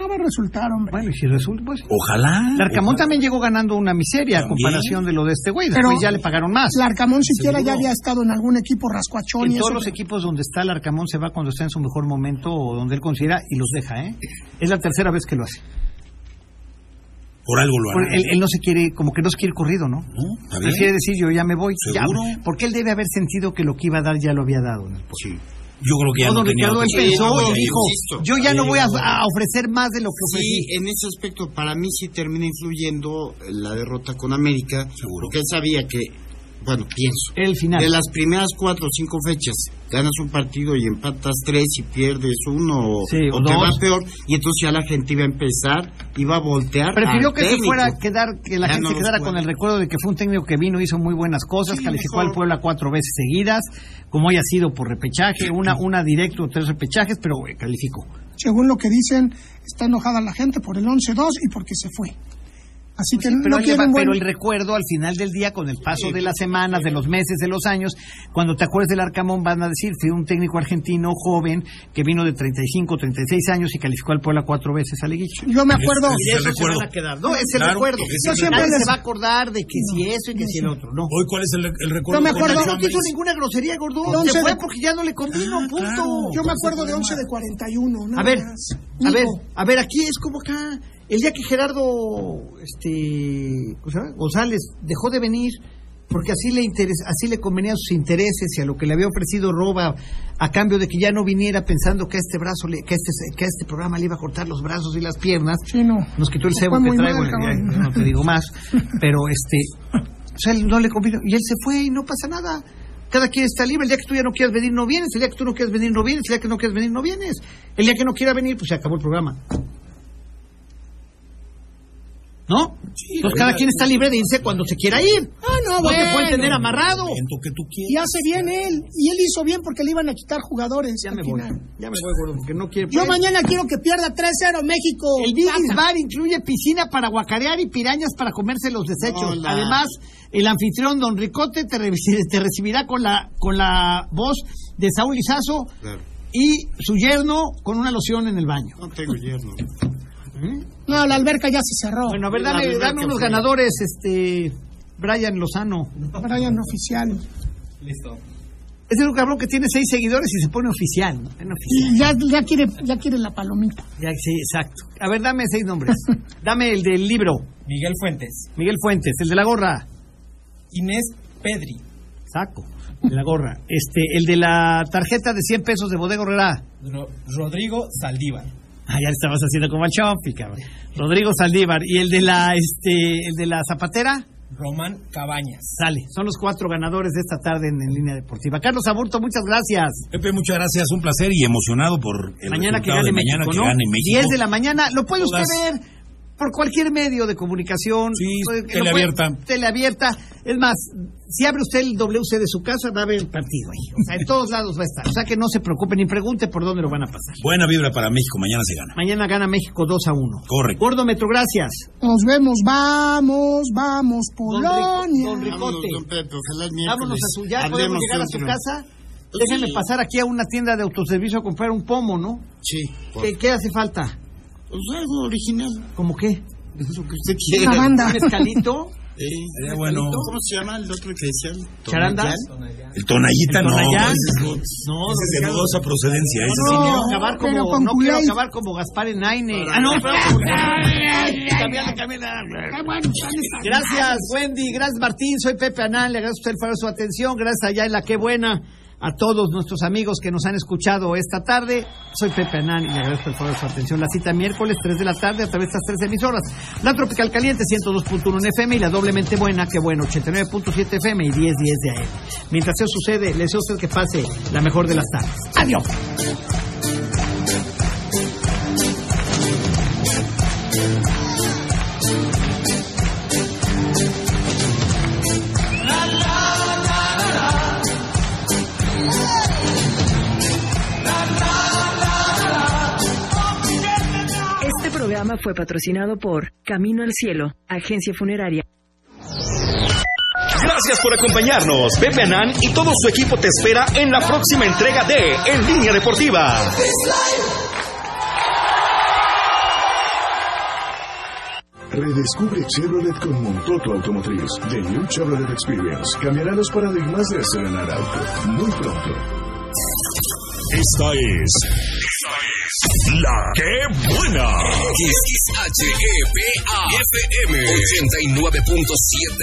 No va a resultar, hombre.
Bueno, y si resulta, pues.
ojalá.
Larcamón
ojalá.
también llegó ganando una miseria a
También.
comparación de lo de este güey.
Pero-
Después ya le pagaron más.
Larcamón siquiera ya
Seguro.
había estado en algún equipo rascuachón
En
y eso.
todos los e- equipos donde está el Arcamón se va cuando está en su mejor momento o donde él considera y los deja, ¿eh? Es la tercera vez que lo hace.
Por algo lo hará.
Porque él, él no se quiere, como que no se quiere ir corrido, ¿no?
¿no? Está bien.
Prefiere decir yo ya me voy. ya.
¿Seguro?
porque él debe haber sentido que lo que iba a dar ya lo había dado. ¿no?
Pues Sí. Yo creo que ya
Todo
no
lo que
tenía
habló, él
otro-
pensó
Sí,
y
no,
dijo,
insisto,
yo ya no
había
voy a,
llegado.
a ofrecer más de lo que ofrecí.
Sí, en ese aspecto para mí sí termina influyendo la derrota con América,
Seguro.
porque él sabía que, bueno, pienso,
El final.
de las primeras cuatro o cinco fechas ganas un partido y empatas tres y pierdes uno o-
Sí,
o,
o
te
dos.
va peor, y entonces ya la gente iba a empezar, iba a voltear.
Prefirió
al
que se
técnico.
fuera a quedar, que la
Ya
gente
no
se
los
quedara
juega.
con el recuerdo de que fue un técnico que vino, hizo muy buenas cosas,
Sí,
calificó
mejor.
al Puebla cuatro veces seguidas, como haya sido por repechaje, una, una directo, tres repechajes, pero eh, calificó.
Según lo que dicen, está enojada la gente por el 11-2 y porque se fue. Así que
Pues Pero, ahí
no
le va-
quieren buen...
pero el recuerdo al final del día, con el paso de las semanas, de los meses, de los años, cuando te acuerdes del Arcamón van a decir, fue un técnico argentino joven que vino de 35, 36 años y calificó al Puebla cuatro veces a Leguicho.
Yo me acuerdo,
Es- es el recuerdo.
No, es el
Claro,
recuerdo.
es
Yo
el
siempre
Nadie
recuerdo.
les-
se va a acordar de que si eso y que si el otro, no.
Hoy, ¿cuál es el, el
Yo
recuerdo?
me
con
acuerdo-
Nacho
No te hizo
Ambriz?
ninguna grosería, gordo.
No,
Se
se
fue
da-
porque ya no le convino, punto.
claro.
Ah, yo me acuerdo de 11 de 41. nada
Ah, A ver,
más.
a
Nico,
ver, a ver, aquí es como acá. El día que Gerardo este, ¿cómo se llama? González dejó de venir porque así le interes- así le convenía a sus intereses y a lo que le había ofrecido Roba a cambio de que ya no viniera pensando que a este brazo le- que a este que a este programa le iba a cortar los brazos y las piernas
Sí, no.
nos quitó el cebo
Fue
que
muy
traigo,
mal,
eh,
cabrón.
no te digo
[laughs]
más, pero este, o sea, él no le convino, y él se fue y no pasa nada. Cada quien está libre, el día que tú ya no quieras venir no vienes, el día que tú no quieras venir no vienes, el día que no quieras venir no vienes, el día que no quiera venir pues se acabó el programa. ¿No? Entonces cada quien está libre de irse cuando se quiera ir. Ah, no, te pueden tener amarrado.
Momento que tú quieras.
Y hace bien él. Y él hizo bien porque le iban a quitar jugadores.
Ya
al
me voy,
final.
ya me voy, gordo, porque no quiere.
Yo mañana quiero que pierda 3-0 México.
El Bigis
Pasa.
Bar incluye piscina para guacarear y pirañas para comerse los desechos.
Hola.
Además, el anfitrión Don Ricote te, re- [laughs] te recibirá con la, con la voz de Saúl Izazo
Claro.
y su yerno con una loción en el baño.
No tengo yerno.
No, la alberca ya se cerró.
Bueno, a ver,
La
dame,
verdad
dame
que
unos
fue.
ganadores, este Brian Lozano.
Brian oficial.
Ese es un cabrón que tiene seis seguidores y se pone oficial. ¿no? Pone oficial.
Y ya, ya, quiere, ya quiere la palomita.
Ya, sí, exacto. A ver, dame seis nombres. Dame el del libro,
Miguel Fuentes,
Miguel Fuentes, el de la gorra.
Inés Pedri,
Saco. de La gorra. Este, el de la tarjeta de 100 pesos de Bodega Herrera.
Ro- Rodrigo Saldívar,
Ah, ya le estabas haciendo como al Chofi, cabrón. Rodrigo Saldívar. Y el de la, este, el de la zapatera.
Román Cabañas.
Sale. Son los cuatro ganadores de esta tarde en, en línea deportiva. Carlos Aburto, muchas gracias.
Pepe, muchas gracias. Un placer y emocionado por el
mañana que
resultado
gane
de
México,
mañana
¿no?
que gane México.
10 de la mañana. Lo puede usted
Todas-
ver por cualquier medio de comunicación.
Sí,
Puede- lo
teleabierta.
puede- teleabierta. Es más, si abre usted el WC de su casa, va a ver el partido ahí. O sea, en todos lados va a estar. O sea que no se preocupe ni pregunte por dónde lo van a pasar.
Buena vibra para México. Mañana se gana.
Mañana gana México 2 a 1.
Correcto.
Gordo Metro, gracias.
Nos vemos, vamos, vamos, Polonia.
Don Rico-
Vámonos,
Ricote.
don Pepe, ojalá el miércoles
Vámonos a su ya. Podemos
pues, hablemos
llegar
de
a
un
su
triunfo.
casa. Déjenme
Sí.
pasar aquí a una tienda de autoservicio a comprar un pomo, ¿no?
Sí, por-
¿Qué, qué hace falta?
pues algo original.
¿Cómo qué?
Es lo que usted
Una
quiera.
banda.
¿Un escalito?
Sí,
Estaría Eh, bueno.
¿Cómo se llama el otro que decían?
¿Charanda?
El Tonallita
¿El
no.
Tonayán?
ese es bu- ese es de dudosa procedencia. ese
No,
sí.
quiero acabar como,
pero con
no quiero
Kool-Aid.
acabar como Gaspar en Naine. Ah, no, Cambiarle, cambiarle. Gracias, Wendy. Gracias, Martín. Soy Pepe Anán. Le agradezco a usted por su atención. Gracias a Yaila. Qué buena. A todos nuestros amigos que nos han escuchado esta tarde, soy Pepe Anán y le agradezco el favor de su atención. La cita miércoles 3 de la tarde a través de estas tres emisoras. La Tropical Caliente 102.1 en FM y la doblemente buena, que bueno, 89.7 FM y 1010 de AM. Mientras eso sucede, les deseo a usted que pase la mejor de las tardes. Adiós.
Este programa fue patrocinado por Camino al Cielo, agencia funeraria.
Gracias por acompañarnos. Pepe Anán y todo su equipo te espera en la próxima entrega de En Línea Deportiva.
Redescubre Chevrolet con Montoto Automotriz. The New Chevrolet Experience cambiará los paradigmas de estrenar auto. Muy pronto.
Esta es. La que buena.
E XHEPA FM 89.7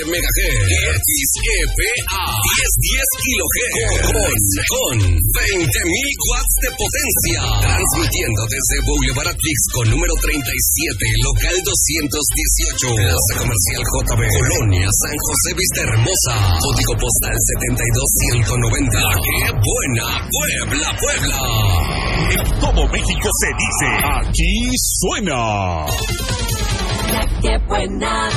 MHz. XEPA 1010 kHz. Con, con 20.000 watts de potencia. Transmitiendo desde Boulevard Atlixco, número 37, local 218. Plaza Comercial JB. Colonia San José Vista Hermosa. Código postal 72190. La que buena. Puebla, Puebla.
En todo México se dice. Aquí suena.
La que buena.